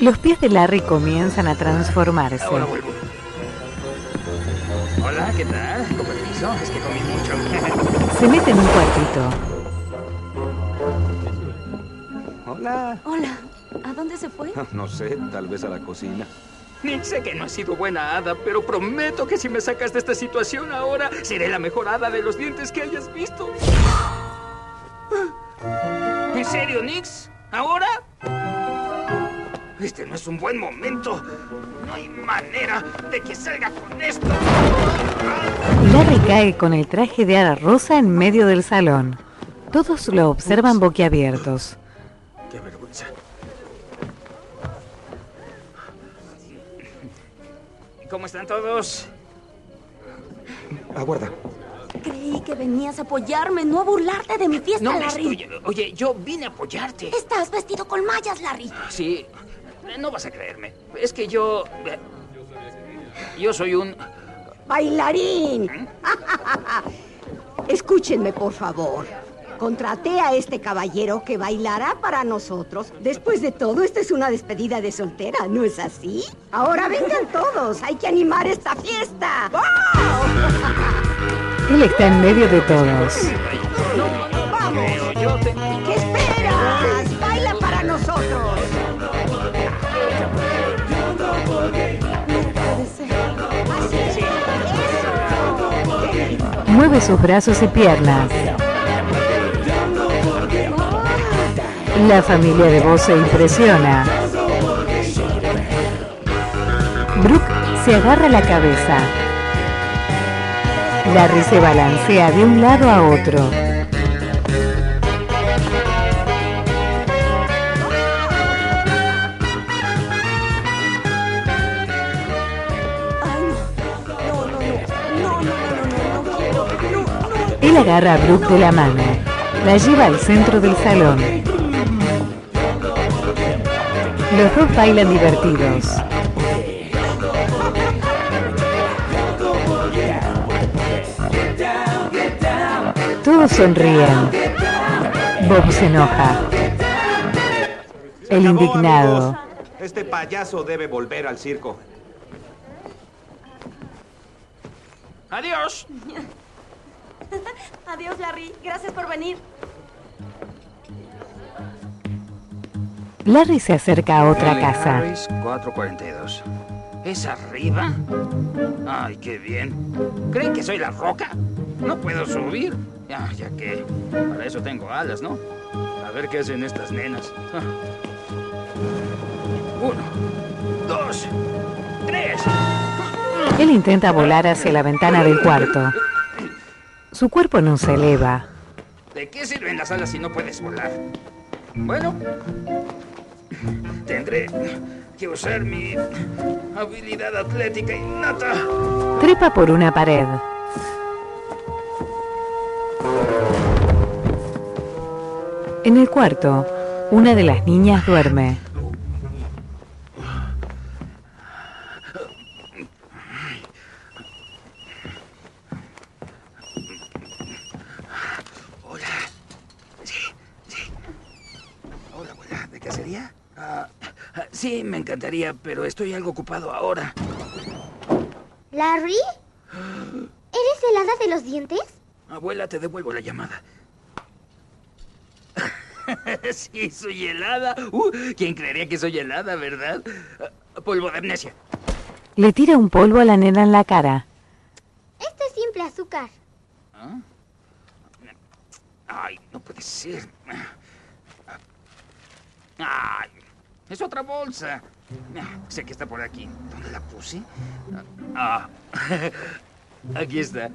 S4: Los pies de Larry comienzan a transformarse.
S1: Ahora vuelvo. Hola, ¿qué tal? Con permiso, es que comí mucho.
S4: Se mete en un cuartito.
S3: Hola.
S2: Hola. ¿A dónde se fue?
S3: No sé, tal vez a la cocina.
S1: Nick, sé que no has sido buena hada, pero prometo que si me sacas de esta situación ahora, seré la mejor hada de los dientes que hayas visto. ¿En serio, Nix? ¿Ahora? Este no es un buen momento. No hay manera de que salga con esto.
S4: Larry cae con el traje de ara rosa en medio del salón. Todos lo observan boquiabiertos.
S1: Qué vergüenza. ¿Cómo están todos?
S3: Aguarda.
S2: Creí que venías a apoyarme, no a burlarte de mi fiesta,
S1: No me
S2: Larry.
S1: estoy... Oye, yo vine a apoyarte.
S2: Estás vestido con mallas, Larry.
S1: Ah, Sí, no vas a creerme. Es que yo... eh, Yo soy un... ¿Mm?
S12: Bailarín. Escúchenme, por favor. Contraté a este caballero que bailará para nosotros. Después de todo, esta es una despedida de soltera, ¿no es así? Ahora vengan todos, hay que animar esta fiesta.
S4: Él está en medio de todos.
S12: ¡Vamos! ¿Qué esperas? ¡Baila para nosotros!
S4: Mueve sus brazos y piernas. La familia de Bo se impresiona. Brooke se agarra la cabeza. Larry se balancea de un lado a otro. Él agarra a Brooke de la mano. La lleva al centro del salón. Los dos bailan divertidos. Todos sonríen. Bob se enoja. El indignado.
S3: Este payaso debe volver al circo.
S1: Adiós.
S2: Adiós, Larry. Gracias por venir.
S4: Larry se acerca a otra
S1: Billy
S4: casa.
S1: Harris, 442. ¿Es arriba? Ay, qué bien. ¿Creen que soy la roca? No puedo subir. Ya, ya que. Para eso tengo alas, ¿no? A ver qué hacen estas nenas. Ah. Uno, dos, tres.
S4: Él intenta volar hacia la ventana del cuarto. Su cuerpo no se eleva.
S1: ¿De qué sirven las alas si no puedes volar? Bueno, tendré que usar mi habilidad atlética innata.
S4: Trepa por una pared. En el cuarto, una de las niñas duerme.
S1: Hola, abuela, ¿de cacería? Ah, ah, sí, me encantaría, pero estoy algo ocupado ahora.
S8: ¿Larry? ¿Eres el hada de los dientes?
S1: Abuela, te devuelvo la llamada. sí, soy helada. Uh, ¿Quién creería que soy helada, verdad? Ah, Polvo de amnesia.
S4: Le tira un polvo a la nena en la cara.
S8: Esto es simple azúcar.
S1: ¿Ah? Ay, no puede ser. Ay, es otra bolsa. Ah, Sé que está por aquí. ¿Dónde la puse? Ah, aquí está.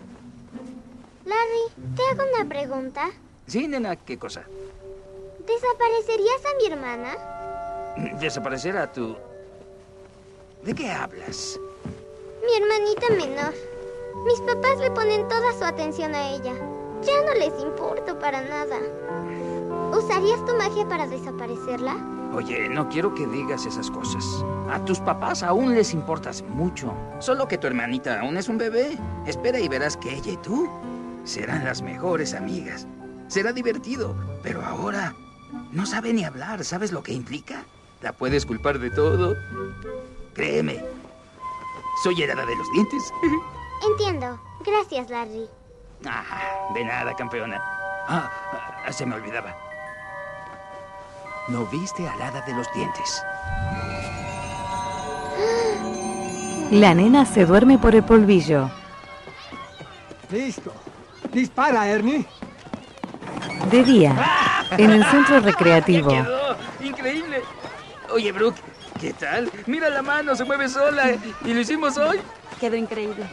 S8: Larry, te hago una pregunta.
S1: Sí, nena, ¿qué cosa?
S8: ¿Desaparecerías a mi hermana?
S1: ¿Desaparecer a tu... ¿De qué hablas?
S8: Mi hermanita menor. Mis papás le ponen toda su atención a ella. Ya no les importo para nada. ¿Usarías tu magia para desaparecerla?
S1: Oye, no quiero que digas esas cosas. A tus papás aún les importas mucho. Solo que tu hermanita aún es un bebé. Espera y verás que ella y tú serán las mejores amigas. Será divertido, pero ahora no sabe ni hablar. ¿Sabes lo que implica? La puedes culpar de todo. Créeme. Soy helada de los dientes.
S8: Entiendo. Gracias, Larry.
S1: Ah, de nada, campeona. Ah, ah, se me olvidaba. No viste al hada de los dientes.
S4: La nena se duerme por el polvillo.
S5: Listo. Dispara, Ernie.
S4: De día, en el centro recreativo.
S1: ¡Quedó! ¡Increíble! Oye, Brooke, ¿qué tal? Mira la mano, se mueve sola. ¿Y lo hicimos hoy?
S2: Quedó increíble.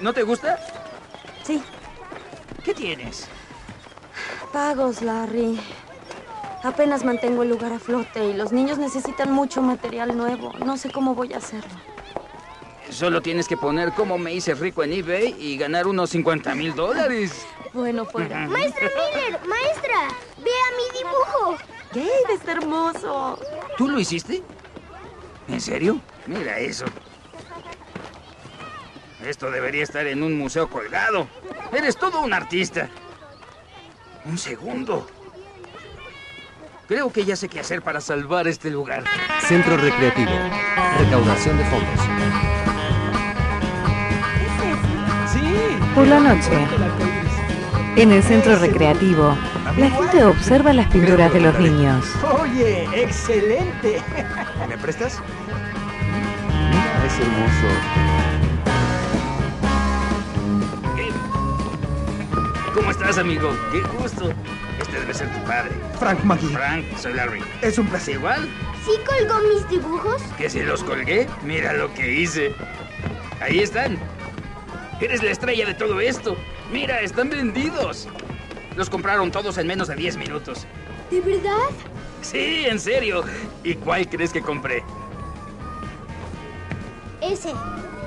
S1: ¿No te gusta?
S2: Sí.
S1: ¿Qué tienes?
S2: Pagos, Larry. Apenas mantengo el lugar a flote y los niños necesitan mucho material nuevo. No sé cómo voy a hacerlo.
S1: Solo tienes que poner cómo me hice rico en eBay y ganar unos 50 mil dólares.
S2: Bueno, pues. fuera.
S8: Maestra Miller, maestra, vea mi dibujo.
S2: Gabe está hermoso.
S1: ¿Tú lo hiciste? ¿En serio? Mira eso. Esto debería estar en un museo colgado. Eres todo un artista. Un segundo. Creo que ya sé qué hacer para salvar este lugar.
S10: Centro Recreativo. Recaudación de fondos.
S4: Por la noche, en el centro recreativo, la gente observa las pinturas de los niños.
S5: Oye, excelente.
S3: ¿Me prestas? Mira, es hermoso.
S1: ¿Cómo estás, amigo? Qué gusto. Este debe ser tu padre.
S14: Frank McGee.
S1: Frank, soy Larry.
S14: Es un placer.
S1: Igual
S8: ¿Sí colgó mis dibujos?
S1: que si los colgué, mira lo que hice. Ahí están. Eres la estrella de todo esto. Mira, están vendidos. Los compraron todos en menos de 10 minutos.
S8: ¿De verdad?
S1: Sí, en serio. ¿Y cuál crees que compré?
S8: Ese.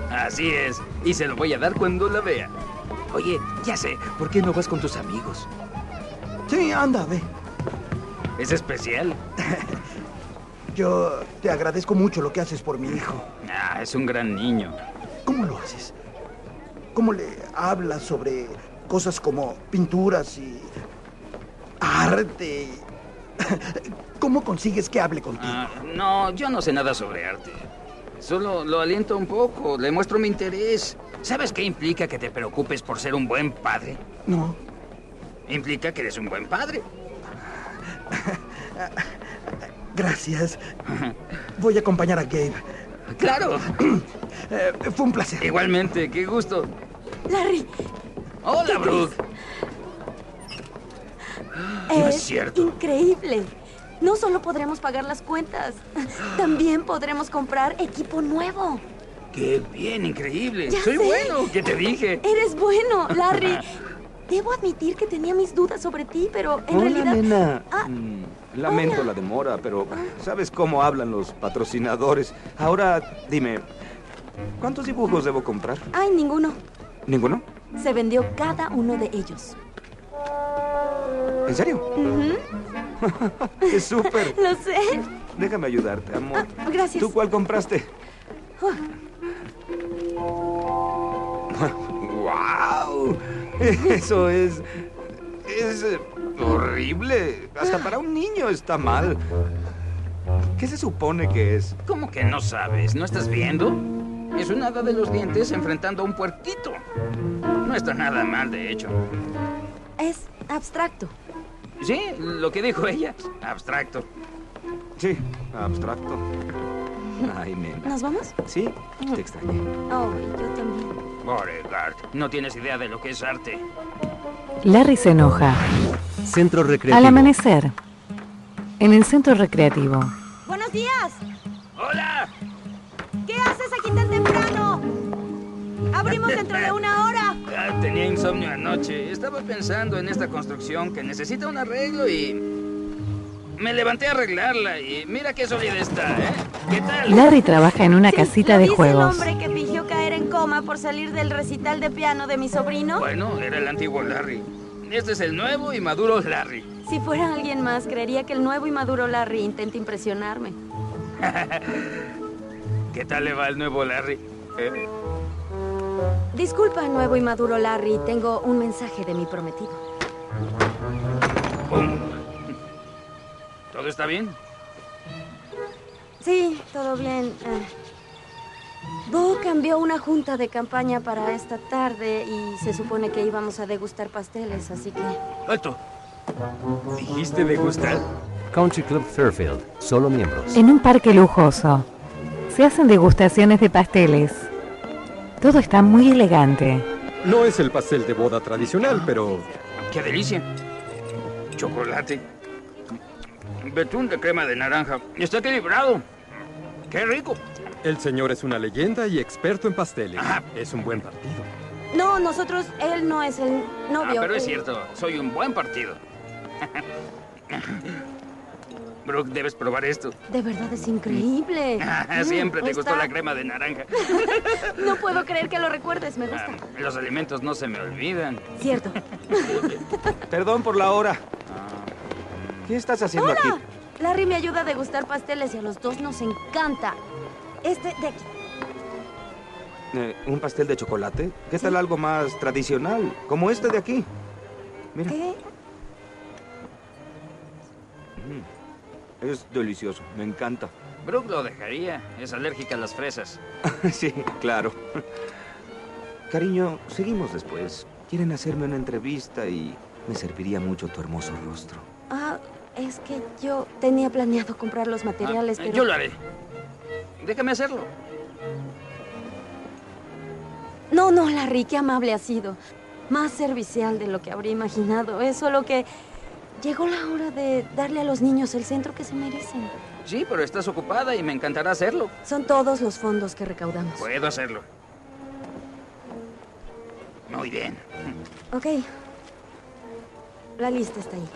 S1: Así es. Y se lo voy a dar cuando la vea. Oye, ya sé, ¿por qué no vas con tus amigos?
S14: Sí, anda, ve.
S1: Es especial.
S14: Yo te agradezco mucho lo que haces por mi hijo.
S1: Ah, es un gran niño.
S14: ¿Cómo lo haces? ¿Cómo le hablas sobre cosas como pinturas y arte? y- ¿Cómo consigues que hable contigo?
S1: Ah, no, yo no sé nada sobre arte. Solo lo aliento un poco, le muestro mi interés. ¿Sabes qué implica que te preocupes por ser un buen padre?
S14: No.
S1: Implica que eres un buen padre.
S17: Gracias. Voy a acompañar a Gabe.
S1: Claro.
S17: Eh, fue un placer.
S1: Igualmente, qué gusto.
S2: Larry.
S1: Hola, Brooke. No
S17: Eh.
S1: es
S2: Es
S1: cierto.
S2: increíble. No solo podremos pagar las cuentas, también podremos comprar equipo nuevo.
S1: Qué bien, increíble.
S2: Ya
S1: Soy
S2: sé.
S1: bueno, ¿qué te dije?
S2: Eres bueno, Larry. Debo admitir que tenía mis dudas sobre ti, pero en
S3: Hola,
S2: realidad...
S3: nena. Mm.
S2: Ah,
S3: Lamento la demora, pero ¿sabes cómo hablan los patrocinadores? Ahora, dime, ¿cuántos dibujos debo comprar?
S2: ay, ninguno.
S3: ¿Ninguno?
S2: Se vendió cada uno de ellos.
S3: ¿En serio?
S2: Ujú,
S3: ¡Qué súper!
S2: Lo sé.
S3: Déjame ayudarte, amor.
S1: Ah,
S2: Gracias.
S3: ¿Tú cuál compraste?
S2: Oh,
S3: ¡Wow! Eso es... Es eh, horrible. Hasta para un niño está mal. ¿Qué se supone que es?
S1: ¿Cómo que no sabes? ¿No estás viendo? Es un hada de los dientes enfrentando a un puerquito. No está nada mal, de hecho.
S2: es abstracto.
S1: Sí, lo que dijo ella. Abstracto.
S3: Sí, abstracto. Ay, nena.
S2: ¿Nos vamos?
S3: Sí, te extrañé.
S2: Oh, y yo también.
S1: Beauregard, no tienes idea de lo que es arte.
S4: Larry se enoja.
S5: Centro
S4: Al
S5: recreativo.
S4: amanecer. En el centro recreativo.
S18: ¡Buenos días!
S1: ¡Hola!
S18: ¿Qué haces aquí tan temprano? Abrimos dentro de una hora.
S1: Ah, tenía insomnio anoche. Estaba pensando en esta construcción que necesita un arreglo y... Me levanté a arreglarla y mira qué sólida está, ¿eh? ¿Qué tal?
S4: Larry trabaja en una casita
S18: ¿Lo
S4: de
S18: dice el
S4: juegos.
S18: hombre que fingió caer en coma por salir del recital de piano de mi sobrino?
S1: Bueno, era el antiguo Larry. Este es el nuevo y maduro Larry.
S2: Si fuera alguien más, creería que el nuevo y maduro Larry intenta impresionarme.
S1: ¿Qué tal le va el nuevo Larry? Eh,
S2: Disculpa, nuevo y maduro Larry, tengo un mensaje de mi prometido.
S1: ¿Todo está bien?
S2: Sí, todo bien. eh. Bo cambió una junta de campaña para esta tarde y se supone que íbamos a degustar pasteles, así que...
S1: ¡Alto! ¿Dijiste degustar?
S5: Country Club Fairfield. Solo miembros.
S4: En un parque lujoso. Se hacen degustaciones de pasteles. Todo está muy elegante.
S19: No es el pastel de boda tradicional, pero
S1: ¡Qué delicia! Chocolate. Betún de crema de naranja. Está equilibrado. ¡Qué rico!
S19: el señor es una leyenda y experto en pasteles.
S1: Ah.
S19: Es un buen partido.
S2: No, nosotros, él no es el
S1: Ah,
S2: novio. Eh,
S1: pero es
S2: él-
S1: cierto. Soy un buen partido. Brooke, debes probar esto.
S2: De verdad es increíble.
S1: Ah, Siempre
S2: Mm,
S1: te gustó la
S2: está-
S1: crema de naranja.
S2: No puedo creer que lo recuerdes, me gusta.
S1: Los alimentos no se me olvidan.
S2: Cierto.
S3: Perdón por la hora.
S1: Ah.
S3: ¿Qué estás haciendo
S2: ¡Hola!
S3: aquí?
S2: Larry me ayuda a degustar pasteles y a los dos nos encanta. Este de aquí.
S3: Eh, ¿Un pastel de chocolate? ¿Qué tal algo más tradicional? Como este de aquí. Mira. Mm. Es delicioso, me encanta.
S1: Brooke lo dejaría. Es alérgica a las fresas.
S3: sí, claro. Cariño, seguimos después. Quieren hacerme una entrevista y me serviría mucho tu hermoso rostro.
S2: Ah, es que yo tenía planeado comprar los materiales,
S1: Ah,
S2: pero...
S1: Yo lo haré. Déjame hacerlo.
S2: No, no, Larry, qué amable has sido. Más servicial de lo que habría imaginado. Es solo que llegó la hora de darle a los niños el centro que se merecen.
S1: Sí, pero estás ocupada y me encantará hacerlo.
S2: Son todos los fondos que recaudamos.
S1: Puedo hacerlo. Muy bien.
S2: Ok. La lista está ahí.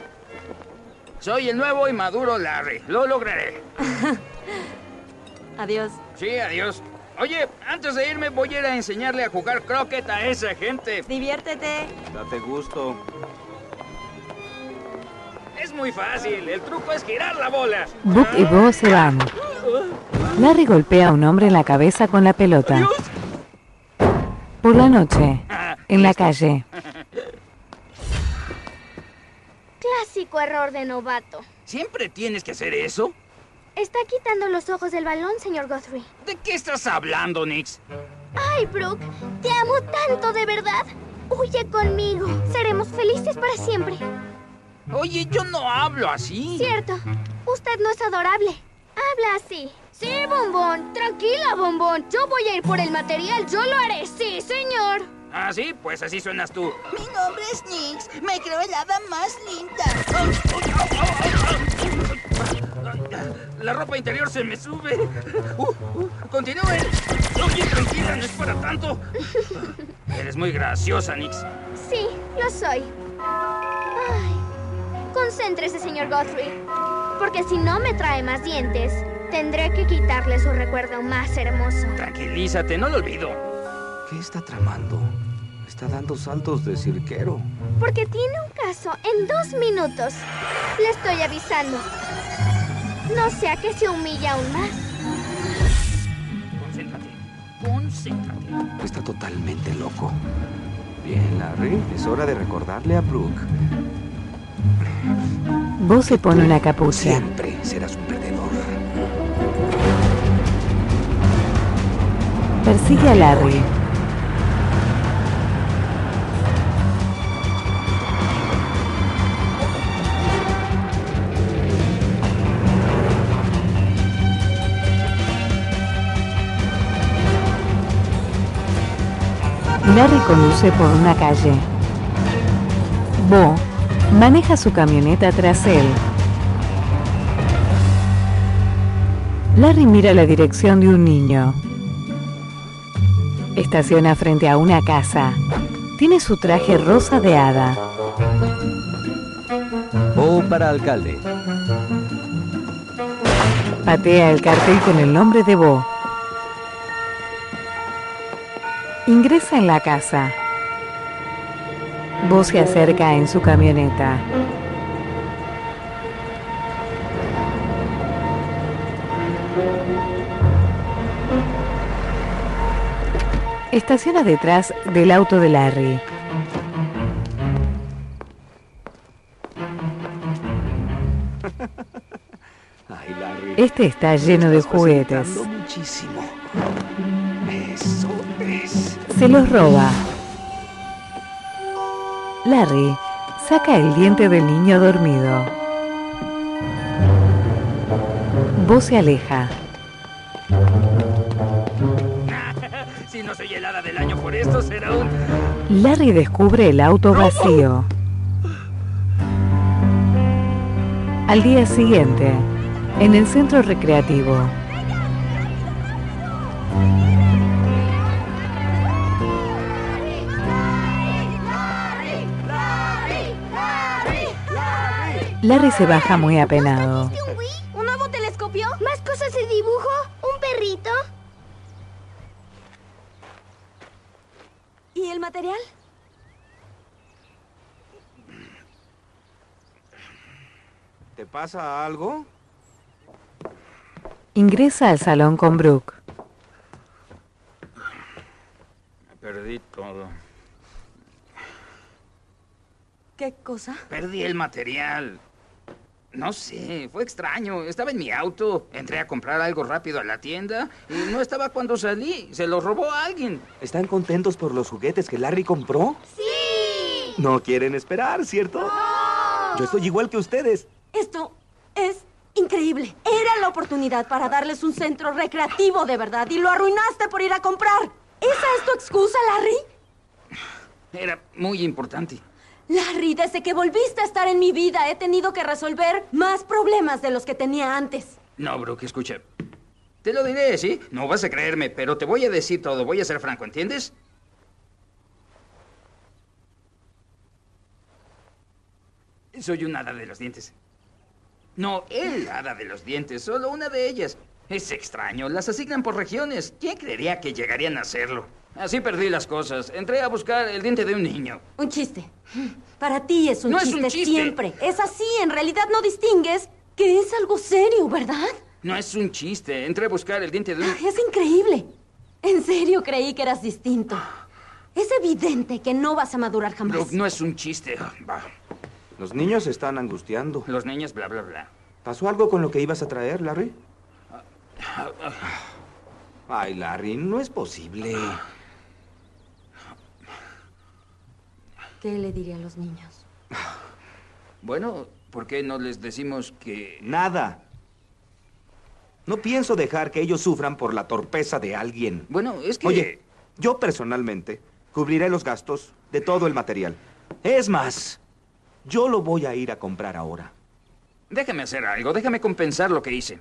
S1: Soy el nuevo y maduro Larry. Lo lograré.
S2: Adiós.
S1: Sí, adiós. Oye, antes de irme voy a ir a enseñarle a jugar croquet a esa gente.
S18: Diviértete.
S3: Date gusto.
S1: Es muy fácil. El truco es girar la bola.
S4: Book y Bo se van. Larry golpea a un hombre en la cabeza con la pelota. Por la noche, en la calle,
S8: Clásico error de novato.
S1: ¿Siempre tienes que hacer eso?
S8: Está quitando los ojos del balón, señor Guthrie.
S1: ¿De qué estás hablando, Nix?
S8: Ay, Brooke, te amo tanto de verdad. Huye conmigo. Seremos felices para siempre.
S1: Oye, yo no hablo así.
S8: Cierto. Usted no es adorable. Habla así. Sí, bombón. Tranquila, bombón. Yo voy a ir por el material. Yo lo haré. Sí, señor.
S1: Ah, sí, pues así suenas tú.
S20: Mi nombre es Nix. Me creo el hada más linda.
S1: La ropa interior se me sube. Uh, uh, continúen. Oye, tranquila, no es para tanto. Eres muy graciosa, Nix.
S8: Sí, lo soy. Ay, concéntrese, señor Guthrie. Porque si no me trae más dientes, tendré que quitarle su recuerdo más hermoso.
S1: Tranquilízate, no lo olvido.
S3: ¿Qué está tramando? Está dando saltos de cirquero.
S8: Porque tiene un caso en dos minutos. Le estoy avisando. No sea que se humilla aún más.
S1: Concéntrate. Concéntrate.
S3: Está totalmente loco. Bien, Larry, es hora de recordarle a Brooke.
S4: Vos se pone una capucha.
S3: Siempre serás un perdedor.
S4: Persigue a Larry. Larry conduce por una calle. Bo maneja su camioneta tras él. Larry mira la dirección de un niño. Estaciona frente a una casa. Tiene su traje rosa de hada.
S10: Bo para alcalde.
S4: Patea el cartel con el nombre de Bo. Ingresa en la casa. Bo se acerca en su camioneta. Estaciona detrás del auto de Larry.
S3: Ay, Larry.
S4: Este está lleno de
S3: estás
S4: juguetes.
S3: facilitando muchísimo. Eso es.
S4: Se los roba. Larry saca el diente del niño dormido. Bo se aleja.
S1: Si no soy helada del año por esto, será un...
S4: Larry descubre el auto vacío. Al día siguiente, en el centro recreativo, Larry se baja muy apenado.
S8: ¿Un nuevo telescopio? ¿Más cosas de dibujo? ¿Un perrito?
S2: ¿Y el material?
S7: ¿Te pasa algo?
S4: Ingresa al salón con Brooke.
S1: Perdí todo.
S2: ¿Qué cosa?
S1: Perdí el material. No sé, fue extraño. Estaba en mi auto. Entré a comprar algo rápido a la tienda y no estaba cuando salí. Se lo robó alguien.
S3: ¿Están contentos por los juguetes que Larry compró?
S8: ¡Sí!
S3: No quieren esperar, ¿cierto? Yo estoy igual que ustedes.
S2: Esto es increíble. Era la oportunidad para darles un centro recreativo de verdad y lo arruinaste por ir a comprar. ¿Esa es tu excusa, Larry?
S1: Era muy importante.
S2: Larry, desde que volviste a estar en mi vida he tenido que resolver más problemas de los que tenía antes.
S1: No, Brooke, escucha. Te lo diré, ¿sí? No vas a creerme, pero te voy a decir todo. Voy a ser franco, ¿entiendes? Soy un hada de los dientes. No, el hada de los dientes, solo una de ellas. Es extraño, las asignan por regiones. ¿Quién creería que llegarían a hacerlo? Así perdí las cosas. Entré a buscar el diente de un niño.
S2: Un chiste. Para ti es un,
S1: No es
S2: chiste,
S1: un chiste.
S2: siempre. Es así, en realidad no distingues que es algo serio, ¿verdad?
S1: No es un chiste, entré a buscar el diente de un...
S2: Es increíble. En serio creí que eras distinto. Es evidente que no vas a madurar jamás.
S1: Brooke, no es un chiste. Va.
S3: Ah, Los niños se están angustiando.
S1: Los niños, bla, bla, bla.
S3: ¿Pasó algo con lo que ibas a traer, Larry? Ay, Larry, no es posible.
S2: ¿Qué le diría a los niños?
S1: Bueno, ¿por qué no les decimos que...
S3: Nada. No pienso dejar que ellos sufran por la torpeza de alguien.
S1: Bueno, es que...
S3: Oye, yo personalmente cubriré los gastos de todo el material. Es más, yo lo voy a ir a comprar ahora.
S1: Déjame hacer algo, déjame compensar lo que hice.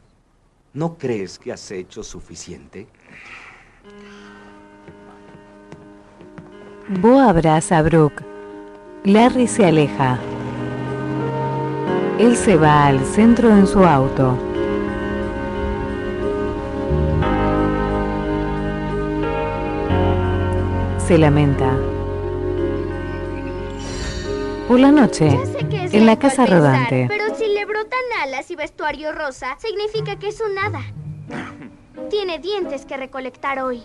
S3: ¿No crees que has hecho suficiente?
S4: Bo abraza a Brooke. Larry se aleja. Él se va al centro en su auto. Se lamenta. Por la noche,
S8: Ya sé que es
S4: en la
S8: lento al
S4: casa
S8: pensar,
S4: rodante,
S8: Pero si le brotan alas y vestuario rosa, significa que es un hada. Tiene dientes que recolectar hoy.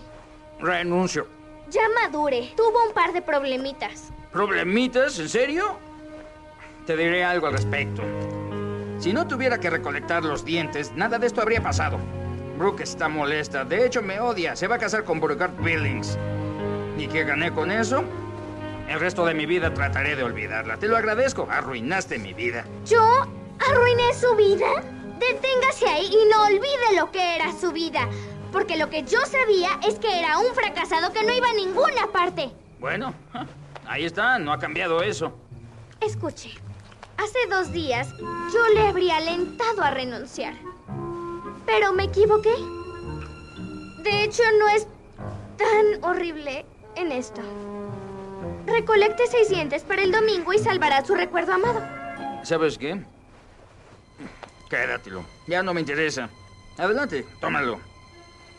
S1: Renuncio.
S8: Ya madure. Tuvo un par de problemitas.
S1: ¿Problemitas? ¿En serio? Te diré algo al respecto. Si no tuviera que recolectar los dientes, nada de esto habría pasado. Brooke está molesta. De hecho, me odia. Se va a casar con Beauregard Billings. ¿Y qué gané con eso? El resto de mi vida trataré de olvidarla. Te lo agradezco. Arruinaste mi vida.
S8: ¿Yo arruiné su vida? Deténgase ahí y no olvide lo que era su vida. Porque lo que yo sabía es que era un fracasado que no iba a ninguna parte.
S1: Bueno, ja, ahí está. No ha cambiado eso.
S8: Escuche, hace dos días yo le habría alentado a renunciar. Pero me equivoqué. De hecho, no es tan horrible en esto. Recolecte seis dientes para el domingo y salvará su recuerdo amado.
S1: ¿Sabes qué? Quédatelo. Ya no me interesa. Adelante, tómalo.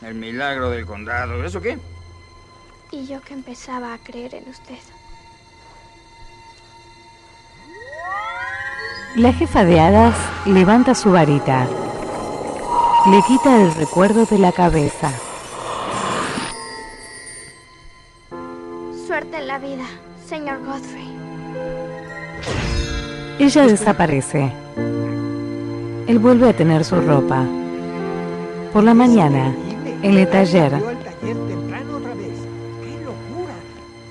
S1: El milagro del condado. ¿Eso qué?
S8: Y yo que empezaba a creer en usted.
S4: la jefa de hadas levanta su varita. Le quita el recuerdo de la cabeza.
S8: Suerte en la vida, señor Godfrey.
S4: Ella desaparece. Él vuelve a tener su ropa. Por la mañana, en el taller,
S5: Volvió al taller temprano otra vez. ¡Qué locura!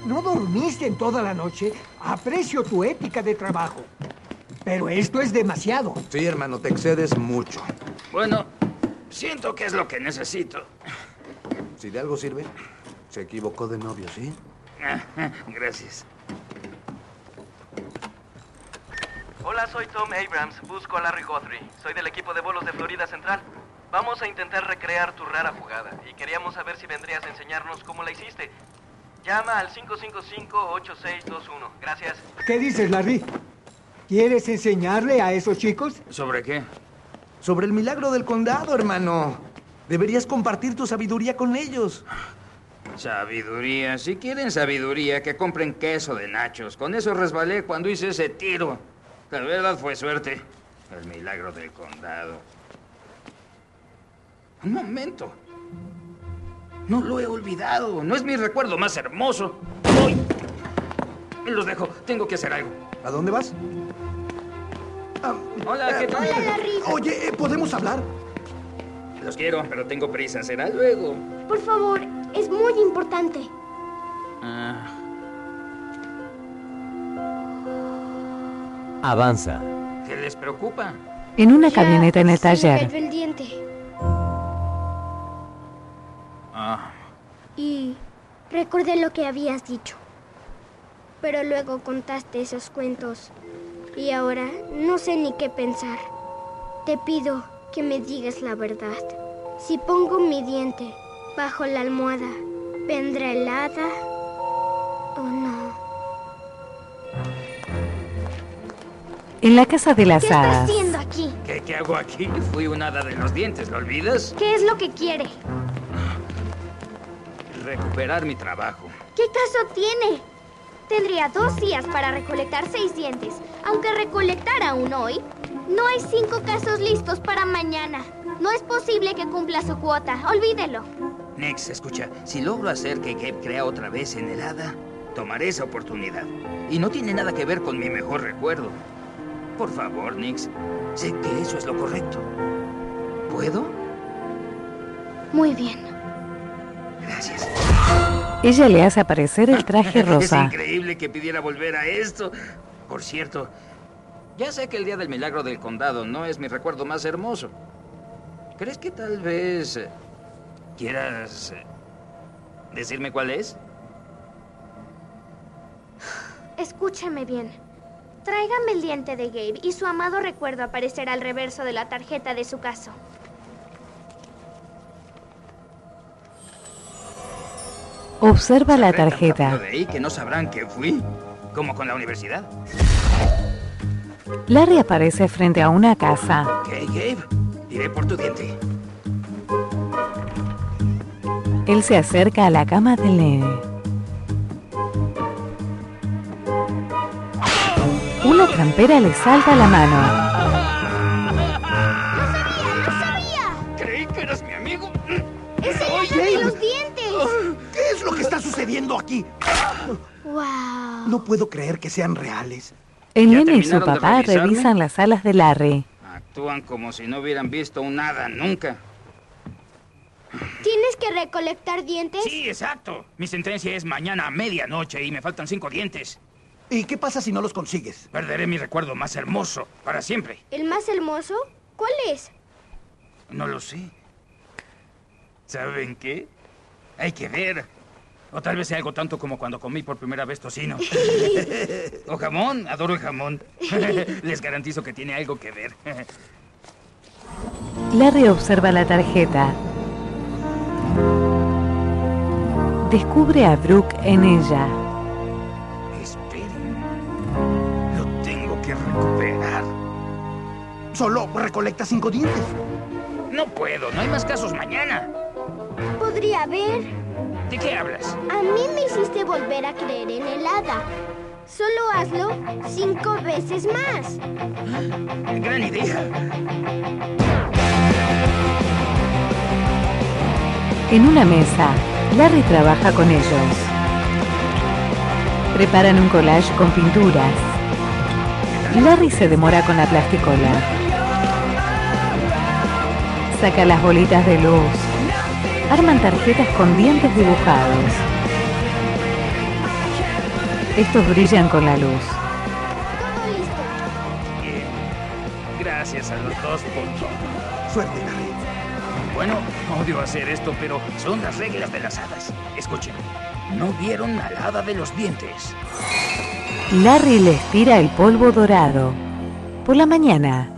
S5: ¿No dormiste en toda la noche? Aprecio tu ética de trabajo. Pero esto es demasiado.
S13: Sí, hermano, te excedes mucho.
S1: Bueno, siento que es lo que necesito.
S13: Si de algo sirve, se equivocó de novio, ¿sí?
S1: Ah, Gracias.
S21: Hola, soy Tom Abrams. Busco a Larry Guthrie. Soy del equipo de bolos de Florida Central. Vamos a intentar recrear tu rara jugada y queríamos saber si vendrías a enseñarnos cómo la hiciste. Llama al 555-8621. Gracias.
S5: ¿Qué dices, Larry? ¿Quieres enseñarle a esos chicos?
S1: ¿Sobre qué?
S13: Sobre el milagro del condado, hermano. Deberías compartir tu sabiduría con ellos.
S1: Sabiduría. Si quieren sabiduría, que compren queso de nachos. Con eso resbalé cuando hice ese tiro. La verdad fue suerte. El milagro del condado. Un momento. No lo he olvidado. No es mi recuerdo más hermoso. Voy. Los dejo. Tengo que hacer algo.
S13: ¿A dónde vas?
S1: Hola, ¿qué tal?
S14: Oye, eh, ¿podemos hablar?
S1: Los quiero, pero tengo prisa. Será luego.
S8: Por favor, es muy importante.
S10: Avanza.
S1: ¿Qué les preocupa?
S4: en una camioneta en el
S8: Me
S4: taller,
S8: cayó el diente.
S22: Y recordé lo que habías dicho. Pero luego contaste esos cuentos. Y ahora no sé ni qué pensar. Te pido que me digas la verdad. Si pongo mi diente bajo la almohada, ¿vendrá el hada o no?
S4: en la casa de las
S8: ¿Qué está
S4: hadas,
S8: haciendo aquí?
S1: ¿Qué, qué hago aquí? Fui un hada de los dientes, ¿lo olvidas?
S8: ¿Qué es lo que quiere?
S1: Recuperar mi trabajo.
S8: ¿Qué caso tiene? Tendría dos días para recolectar seis dientes. Aunque recolectara uno hoy, no hay cinco casos listos para mañana. No es posible que cumpla su cuota. Olvídelo.
S1: Nex, escucha, si logro hacer que Gabe crea otra vez en el hada, tomaré esa oportunidad. Y no tiene nada que ver con mi mejor recuerdo. Por favor, Nix, sé que eso es lo correcto. ¿Puedo?
S8: Muy bien.
S1: Gracias.
S4: ella le hace aparecer el traje
S1: Es
S4: rosa.
S1: increíble que pidiera volver a esto. Por cierto, Ya sé que el Día del Milagro del Condado no es mi recuerdo más hermoso. ¿Crees que tal vez eh, quieras eh, decirme cuál es?
S8: Escúchame bien. Tráigame el diente de Gabe y su amado recuerdo aparecerá al reverso de la tarjeta de su caso.
S4: Observa la
S1: Lo
S4: tarjeta.
S1: de ahí que no sabrán que fui, como con la universidad.
S4: Larry aparece frente a una casa.
S1: Ok, Gabe, iré por tu diente.
S4: Él se acerca a la cama del nene. Una campera le salta a la mano.
S1: Creí que eras mi amigo.
S8: ¡Es el
S5: ¡Oye!
S8: hada de los dientes!
S5: ¿Qué es lo que está sucediendo aquí?
S8: ¡Wow!
S5: No puedo creer que sean reales.
S4: El nene y su
S1: terminaron de
S4: papá
S1: revisarme?
S4: revisan las alas de Larry.
S1: Actúan como si no hubieran visto un nada nunca.
S8: ¿Tienes que recolectar dientes?
S1: Sí, exacto. Mi sentencia es mañana a medianoche y me faltan cinco dientes.
S5: ¿Y qué pasa si no los consigues?
S1: Perderé mi recuerdo más hermoso, para siempre.
S8: ¿El más hermoso? ¿Cuál es?
S1: No lo sé. ¿Saben qué? Hay que ver. O tal vez sea algo tanto como cuando comí por primera vez tocino. o jamón, adoro el jamón. Les garantizo que tiene algo que ver.
S4: Larry observa la tarjeta. Descubre a Brooke en ella.
S1: Tengo que recuperar.
S5: Solo recolecta cinco dientes.
S1: No puedo, no hay más casos mañana.
S8: Podría haber.
S1: ¿De qué hablas?
S8: A mí me hiciste volver a creer en el hada. Solo hazlo cinco veces más.
S1: Gran idea.
S4: En una mesa, Larry trabaja con ellos. Preparan un collage con pinturas. Larry se demora con la plasticola. Saca las bolitas de luz. Arman tarjetas con dientes dibujados. Estos brillan con la luz.
S1: Bien. Gracias a los dos por Suerte, Larry. Bueno, odio hacer esto, pero son las reglas de las hadas. Escuchen, no vieron a la hada de los dientes.
S4: Larry les tira el polvo dorado. Por la mañana,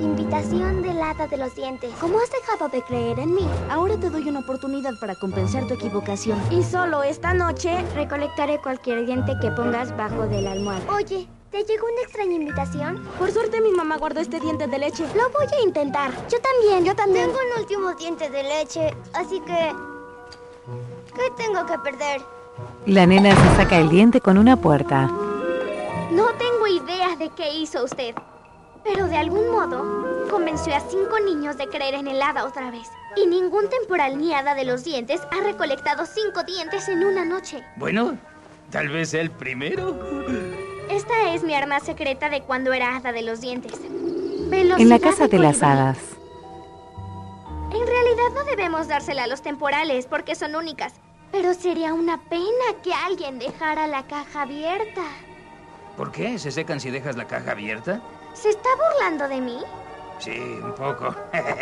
S8: Invitación del hada de los dientes. ¿Cómo has dejado de creer en mí?
S2: Ahora te doy una oportunidad para compensar tu equivocación.
S8: Y solo esta noche recolectaré cualquier diente que pongas bajo de la almohada. Oye, ¿te llegó una extraña invitación?
S2: Por suerte mi mamá guardó este diente de leche.
S8: Lo voy a intentar. Yo también, yo también. Tengo un último diente de leche, así que... ¿Qué tengo que perder?
S4: la nena se saca el diente con una puerta.
S8: No tengo idea de qué hizo usted, pero de algún modo convenció a cinco niños de creer en el hada otra vez. Y ningún temporal ni hada de los dientes ha recolectado cinco dientes en una noche.
S1: Bueno, tal vez el primero.
S8: Esta es mi arma secreta de cuando era hada de los dientes. Velocidad
S4: En la casa de las
S8: colibrí.
S4: hadas,
S8: En realidad no debemos dársela a los temporales porque son únicas. Pero sería una pena que alguien dejara la caja abierta.
S1: ¿Por qué? ¿Se secan si dejas la caja abierta?
S8: ¿Se está burlando de mí?
S1: Sí, un poco.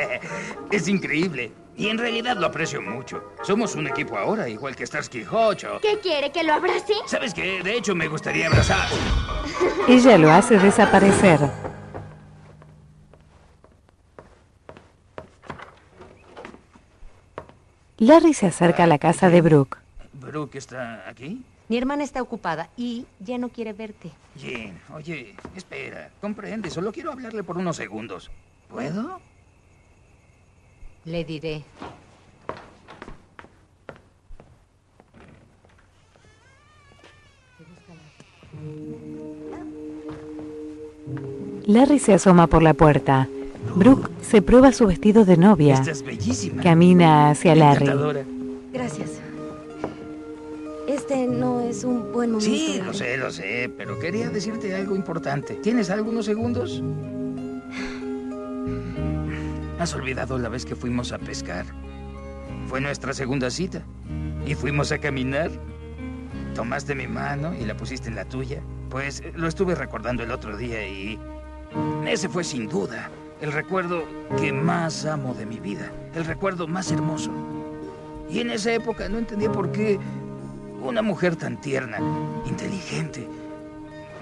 S1: es increíble. Y en realidad lo aprecio mucho. Somos un equipo ahora, igual que Starsky Hutch. o-
S8: ¿Qué quiere que lo abrace?
S1: ¿Sabes qué? De hecho, me gustaría abrazar.
S4: ella lo hace desaparecer. Larry se acerca a la casa de Brooke.
S1: ¿Brooke está aquí?
S23: Mi hermana está ocupada y ya no quiere verte.
S1: Jen, oye, espera, comprende, solo quiero hablarle por unos segundos. ¿Puedo?
S23: Le diré.
S4: Larry se asoma por la puerta. Brooke se prueba su vestido de novia.
S1: Estás bellísima.
S4: Camina hacia Larry.
S1: Encantadora.
S2: Gracias. Este no es un buen momento.
S1: Sí, lo
S2: Larry.
S1: sé, lo sé, pero quería decirte algo importante. ¿Tienes algunos segundos? ¿Has olvidado la vez que fuimos a pescar? Fue nuestra segunda cita. Y fuimos a caminar. Tomaste mi mano y la pusiste en la tuya. Pues lo estuve recordando el otro día y... Ese fue sin duda el recuerdo que más amo de mi vida. El recuerdo más hermoso. Y en esa época no entendía por qué una mujer tan tierna, inteligente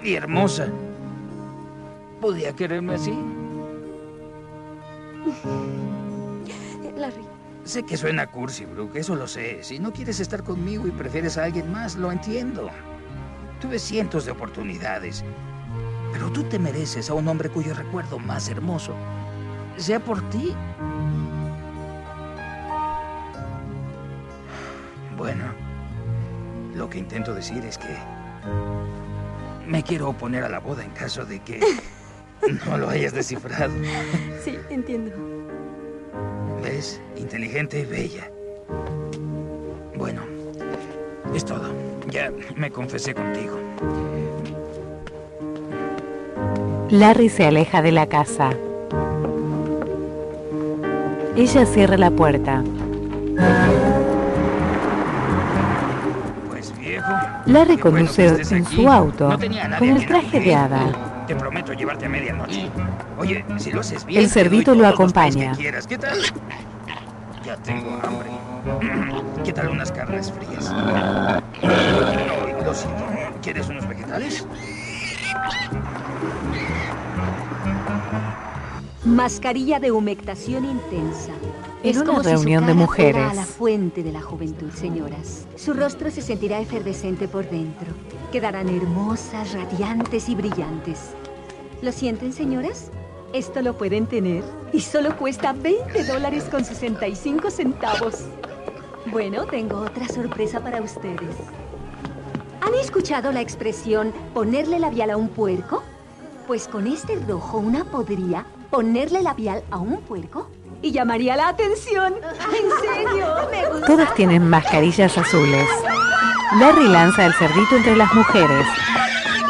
S1: y hermosa podía quererme así.
S2: Larry.
S1: Sé que suena cursi, Brooke, eso lo sé. Si no quieres estar conmigo y prefieres a alguien más, lo entiendo. Tuve cientos de oportunidades. Pero tú te mereces a un hombre cuyo recuerdo más hermoso sea por ti. Bueno, lo que intento decir es que me quiero oponer a la boda en caso de que no lo hayas descifrado.
S2: Sí, entiendo.
S1: ¿Ves? Inteligente y bella. Bueno, es todo. Ya me confesé contigo.
S4: Larry se aleja de la casa. Ella cierra la puerta.
S1: Pues viejo,
S4: Larry conduce en su auto
S1: No tenía a nadie
S4: con
S1: a
S4: el
S1: quien
S4: traje de
S1: acudir.
S4: hada.
S1: te prometo llevarte a medianoche. Oye, si lo haces bien,
S4: El
S1: te doy
S4: cerdito lo
S1: todos los pies que
S4: acompaña.
S1: quieras. ¿Qué tal? Ya tengo hambre. Mm, ¿Qué tal unas carnes frías? No, lo siento. ¿Quieres unos vegetales?
S23: Mascarilla de humectación intensa.
S4: En
S23: Es
S4: una
S23: como si su
S4: reunión de
S23: cara fuera
S4: mujeres.
S23: a la fuente de la juventud, señoras. Su rostro se sentirá efervescente por dentro. Quedarán hermosas, radiantes y brillantes. ¿Lo sienten, señoras? Esto lo pueden tener y solo cuesta 20 dólares con 65 centavos. Bueno, tengo otra sorpresa para ustedes. ¿Han escuchado la expresión ponerle labial a un puerco? Pues con este rojo una podría ponerle labial a un puerco y llamaría la atención. En serio, me gusta.
S4: Todas tienen mascarillas azules. Larry lanza al cerdito entre las mujeres.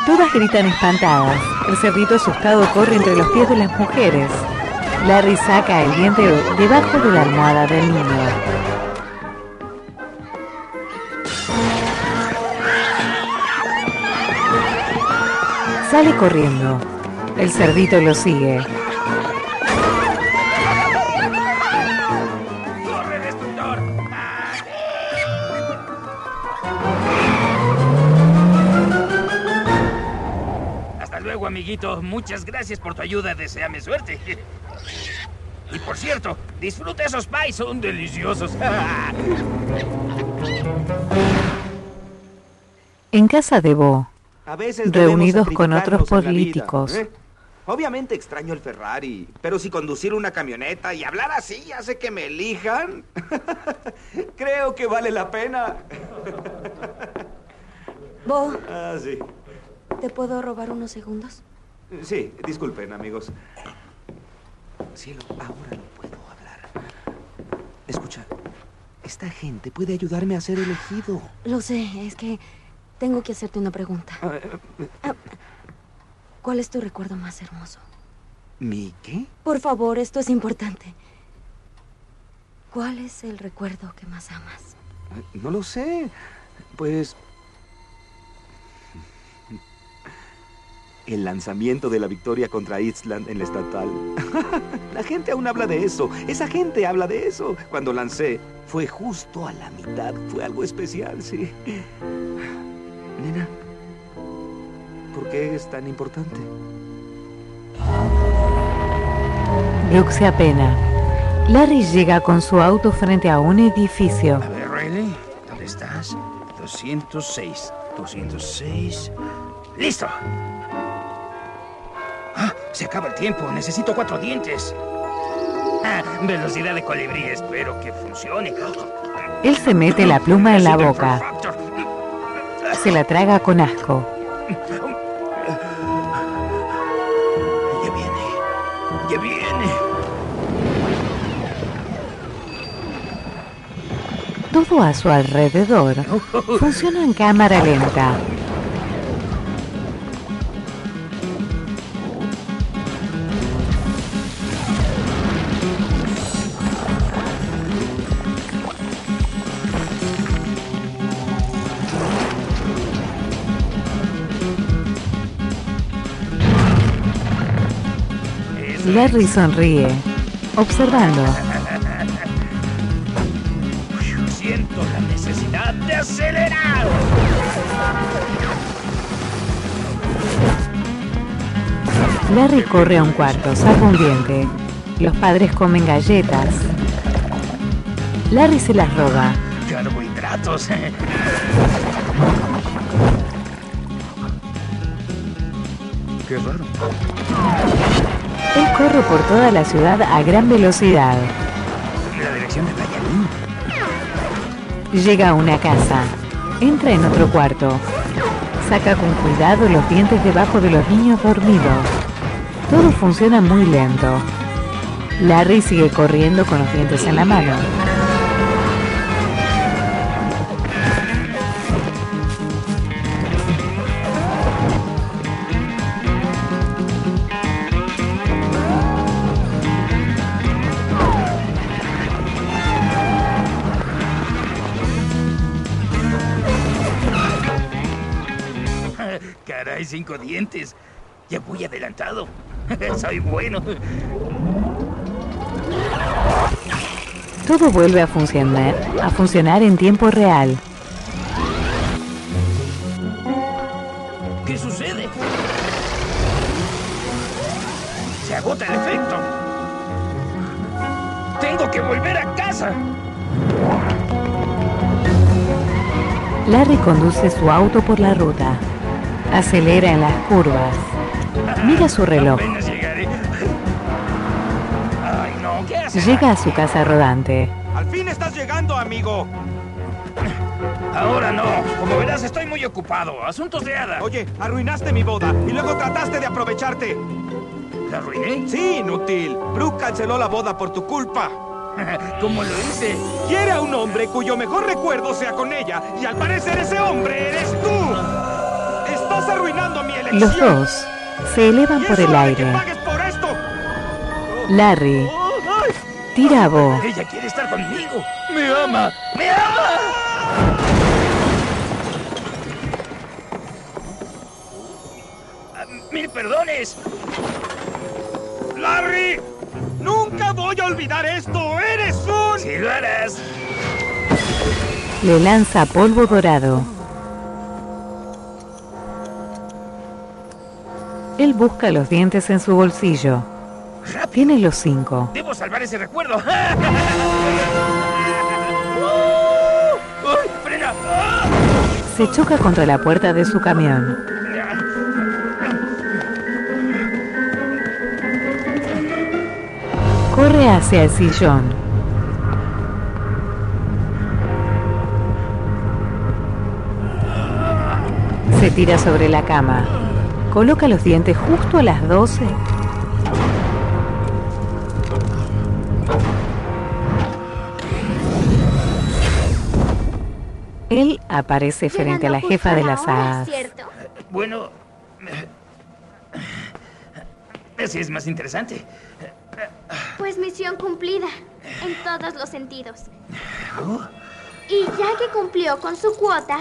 S4: Todas gritan espantadas. El cerdito asustado corre entre los pies de las mujeres. Larry saca el diente debajo de la almohada del niño. Sale corriendo. El cerdito lo sigue.
S1: Hasta luego, amiguito. Muchas gracias por tu ayuda. Deseame suerte. Y por cierto, disfruta esos pies. Son deliciosos.
S4: En casa de Bo,
S3: A veces debemos
S4: reunidos con otros
S3: sacrificarnos en la vida,
S4: políticos.
S3: ¿eh? Obviamente extraño el Ferrari, pero si conducir una camioneta y hablar así hace que me elijan, creo que vale la pena.
S2: Bo,
S3: Ah, sí.
S2: ¿te puedo robar unos segundos?
S3: Sí, disculpen, amigos. Cielo, ahora no puedo hablar. Escucha, esta gente puede ayudarme a ser elegido.
S2: Lo sé, es que tengo que hacerte una pregunta.
S3: Ah, eh, eh,
S2: ¿Cuál es tu recuerdo más hermoso?
S3: ¿Mi qué?
S2: Por favor, esto es importante. ¿Cuál es el recuerdo que más amas?
S3: Eh, No lo sé. Pues... El lanzamiento de la victoria contra Island en la estatal. la gente aún habla de eso. Esa gente habla de eso. Cuando lancé, fue justo a la mitad. Fue algo especial, sí. Nena, ¿por qué es tan importante?
S4: Brooke se apena. Larry llega con su auto frente a un edificio.
S1: A ver, Riley, ¿dónde estás? 206, 206. ¡Listo! ¡Ah! Se acaba el tiempo. Necesito cuatro dientes. Ah, velocidad de colibrí. Espero que funcione.
S4: Él se mete la pluma en la
S1: Necesito el
S4: boca.
S1: Factor.
S4: Se la traga con asco.
S1: ¡Que viene!
S4: Todo a su alrededor funciona en cámara lenta. Larry sonríe, observando.
S1: Siento la necesidad de acelerar.
S4: Larry corre a un cuarto, saca un diente. Los padres comen galletas. Larry se las roba.
S1: Carbohidratos.
S24: Qué raro.
S4: Él corre por toda la ciudad a gran velocidad.
S1: En la dirección de Valladolid.
S4: Llega a una casa. Entra en otro cuarto. Saca con cuidado los dientes debajo de los niños dormidos. Todo funciona muy lento. Larry sigue corriendo con los dientes en la mano.
S1: Caray, cinco dientes. Ya voy adelantado. Soy bueno.
S4: Todo vuelve a funcionar, a funcionar en tiempo real.
S1: ¿Qué sucede? Se agota el efecto. Tengo que volver a casa.
S4: Larry conduce su auto por la ruta. Acelera en las curvas. Mira su reloj.
S1: Apenas llegaré. Ay, no, ¿qué haces?
S4: Llega a su casa rodante.
S7: Al fin estás llegando, amigo.
S1: Ahora no. Como verás, estoy muy ocupado. Asuntos de hada.
S7: Oye, arruinaste mi boda y luego trataste de aprovecharte.
S1: ¿La arruiné?
S7: Sí, inútil. Brooke canceló la boda por tu culpa.
S1: ¿Cómo lo hice?
S7: Quiere a un hombre cuyo mejor recuerdo sea con ella y al parecer ese hombre eres tú. Estás arruinando mi elección.
S4: Los dos se elevan
S7: Y
S4: por
S7: es
S4: el
S7: hora de que
S4: aire.
S7: pagues por esto.
S4: Larry tira a Bo.
S1: Ella quiere estar conmigo. Me ama. Me ama. Ah, Mil perdones.
S7: Larry, nunca voy a olvidar esto. Eres un.
S1: Si lo harás.
S4: Le lanza polvo dorado. Él busca los dientes en su bolsillo. Tiene los cinco.
S1: Debo salvar ese recuerdo. ¡Uh! ¡Uy! ¡Frena!
S4: Se choca contra la puerta de su camión. Corre hacia el sillón. Se tira sobre la cama. Coloca los dientes justo a las 12. Él aparece frente a la jefa de las hadas.
S1: Bueno. Así es más interesante.
S8: Pues misión cumplida, en todos los sentidos. Y ya que cumplió con su cuota,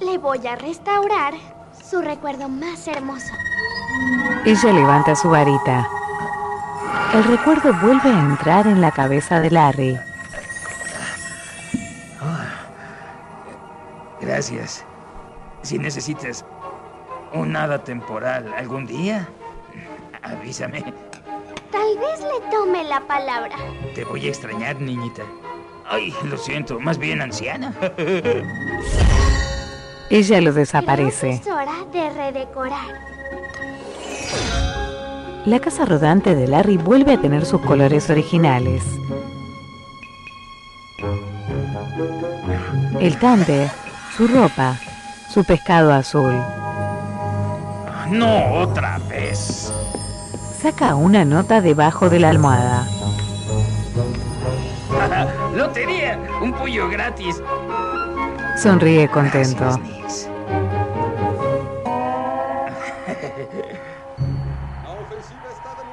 S8: le voy a restaurar su recuerdo más hermoso.
S4: Ella levanta su varita. El recuerdo vuelve a entrar en la cabeza de Larry.
S1: Gracias. Si necesitas un hada temporal algún día, avísame.
S8: Tal vez le tome la palabra.
S1: Te voy a extrañar, niñita. Ay, lo siento, más bien anciana.
S4: Ella lo desaparece.
S8: Es hora de redecorar.
S4: La casa rodante de Larry vuelve a tener sus colores originales. El tante, su ropa, su pescado azul.
S1: No otra vez.
S4: Saca una nota debajo de la almohada.
S1: ¡Lotería! ¡Un pollo gratis!
S4: Sonríe contento.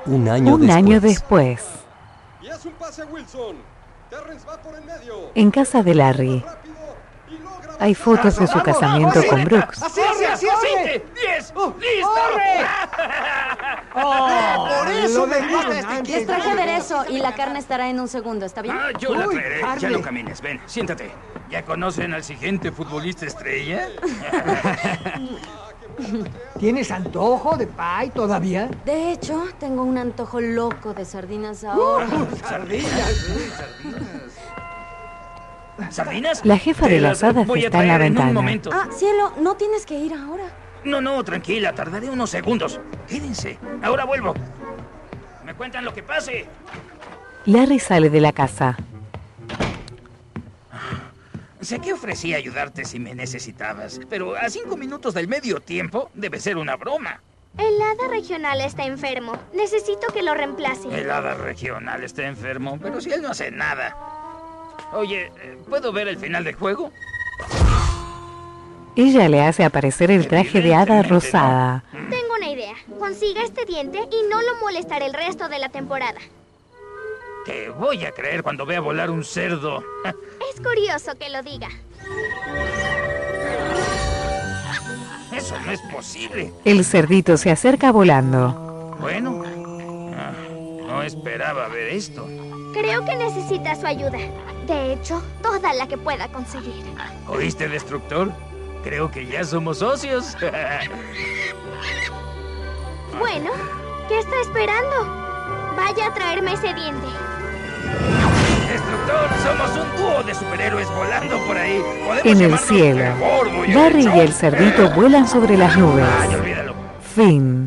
S10: Un año
S4: Un año después,
S9: Y es un pase a Wilson. Terrence va por el medio.
S4: en casa de Larry, hay fotos de su casamiento con Brooks.
S1: ¡Así, así, así! ¡Diez! ¡Listo!
S5: ¡Oh!
S25: Por eso
S5: me
S2: Les traje aderezo y la carne estará en un segundo, ¿está bien?
S1: Ah, yo la traeré. Ya no camines, ven, siéntate. ¿Ya conocen al siguiente futbolista estrella?
S5: ¿Tienes antojo de pie todavía?
S2: De hecho, tengo un antojo loco de sardinas ahora.
S1: Ah,
S5: sardinas,
S1: ¿Sardinas?
S4: La jefa de
S1: Te
S4: las hadas
S1: voy a
S4: está en la
S1: traer En un
S4: ventana.
S1: momento.
S2: Ah, cielo, no tienes que ir ahora.
S1: No, no, tranquila, tardaré unos segundos. Quédense, ahora vuelvo. Me cuentan lo que pase.
S4: Larry sale de la casa.
S1: Sé que ofrecí ayudarte si me necesitabas, pero a cinco minutos del medio tiempo debe ser una broma.
S8: El hada regional está enfermo. Necesito que lo reemplace.
S1: El hada regional está enfermo, pero si él no hace nada. Oye, eh, ¿puedo ver el final del juego?
S4: Ella le hace aparecer el traje de hada rosada.
S8: Tengo una idea. Consiga este diente y no lo molestaré el resto de la temporada.
S1: Te voy a creer cuando vea volar un cerdo.
S8: Es curioso que lo diga.
S1: Eso no es posible.
S4: El cerdito se acerca volando.
S1: Bueno, ah, no esperaba ver esto.
S8: Creo que necesita su ayuda. De hecho, toda la que pueda conseguir.
S1: ¿Oíste, destructor? Creo que ya somos socios.
S8: Bueno, ¿qué está esperando? Vaya a traerme ese diente.
S1: Destructor, somos un dúo de superhéroes volando por ahí.
S4: En el cielo, Larry y el cerdito vuelan sobre las nubes. Fin.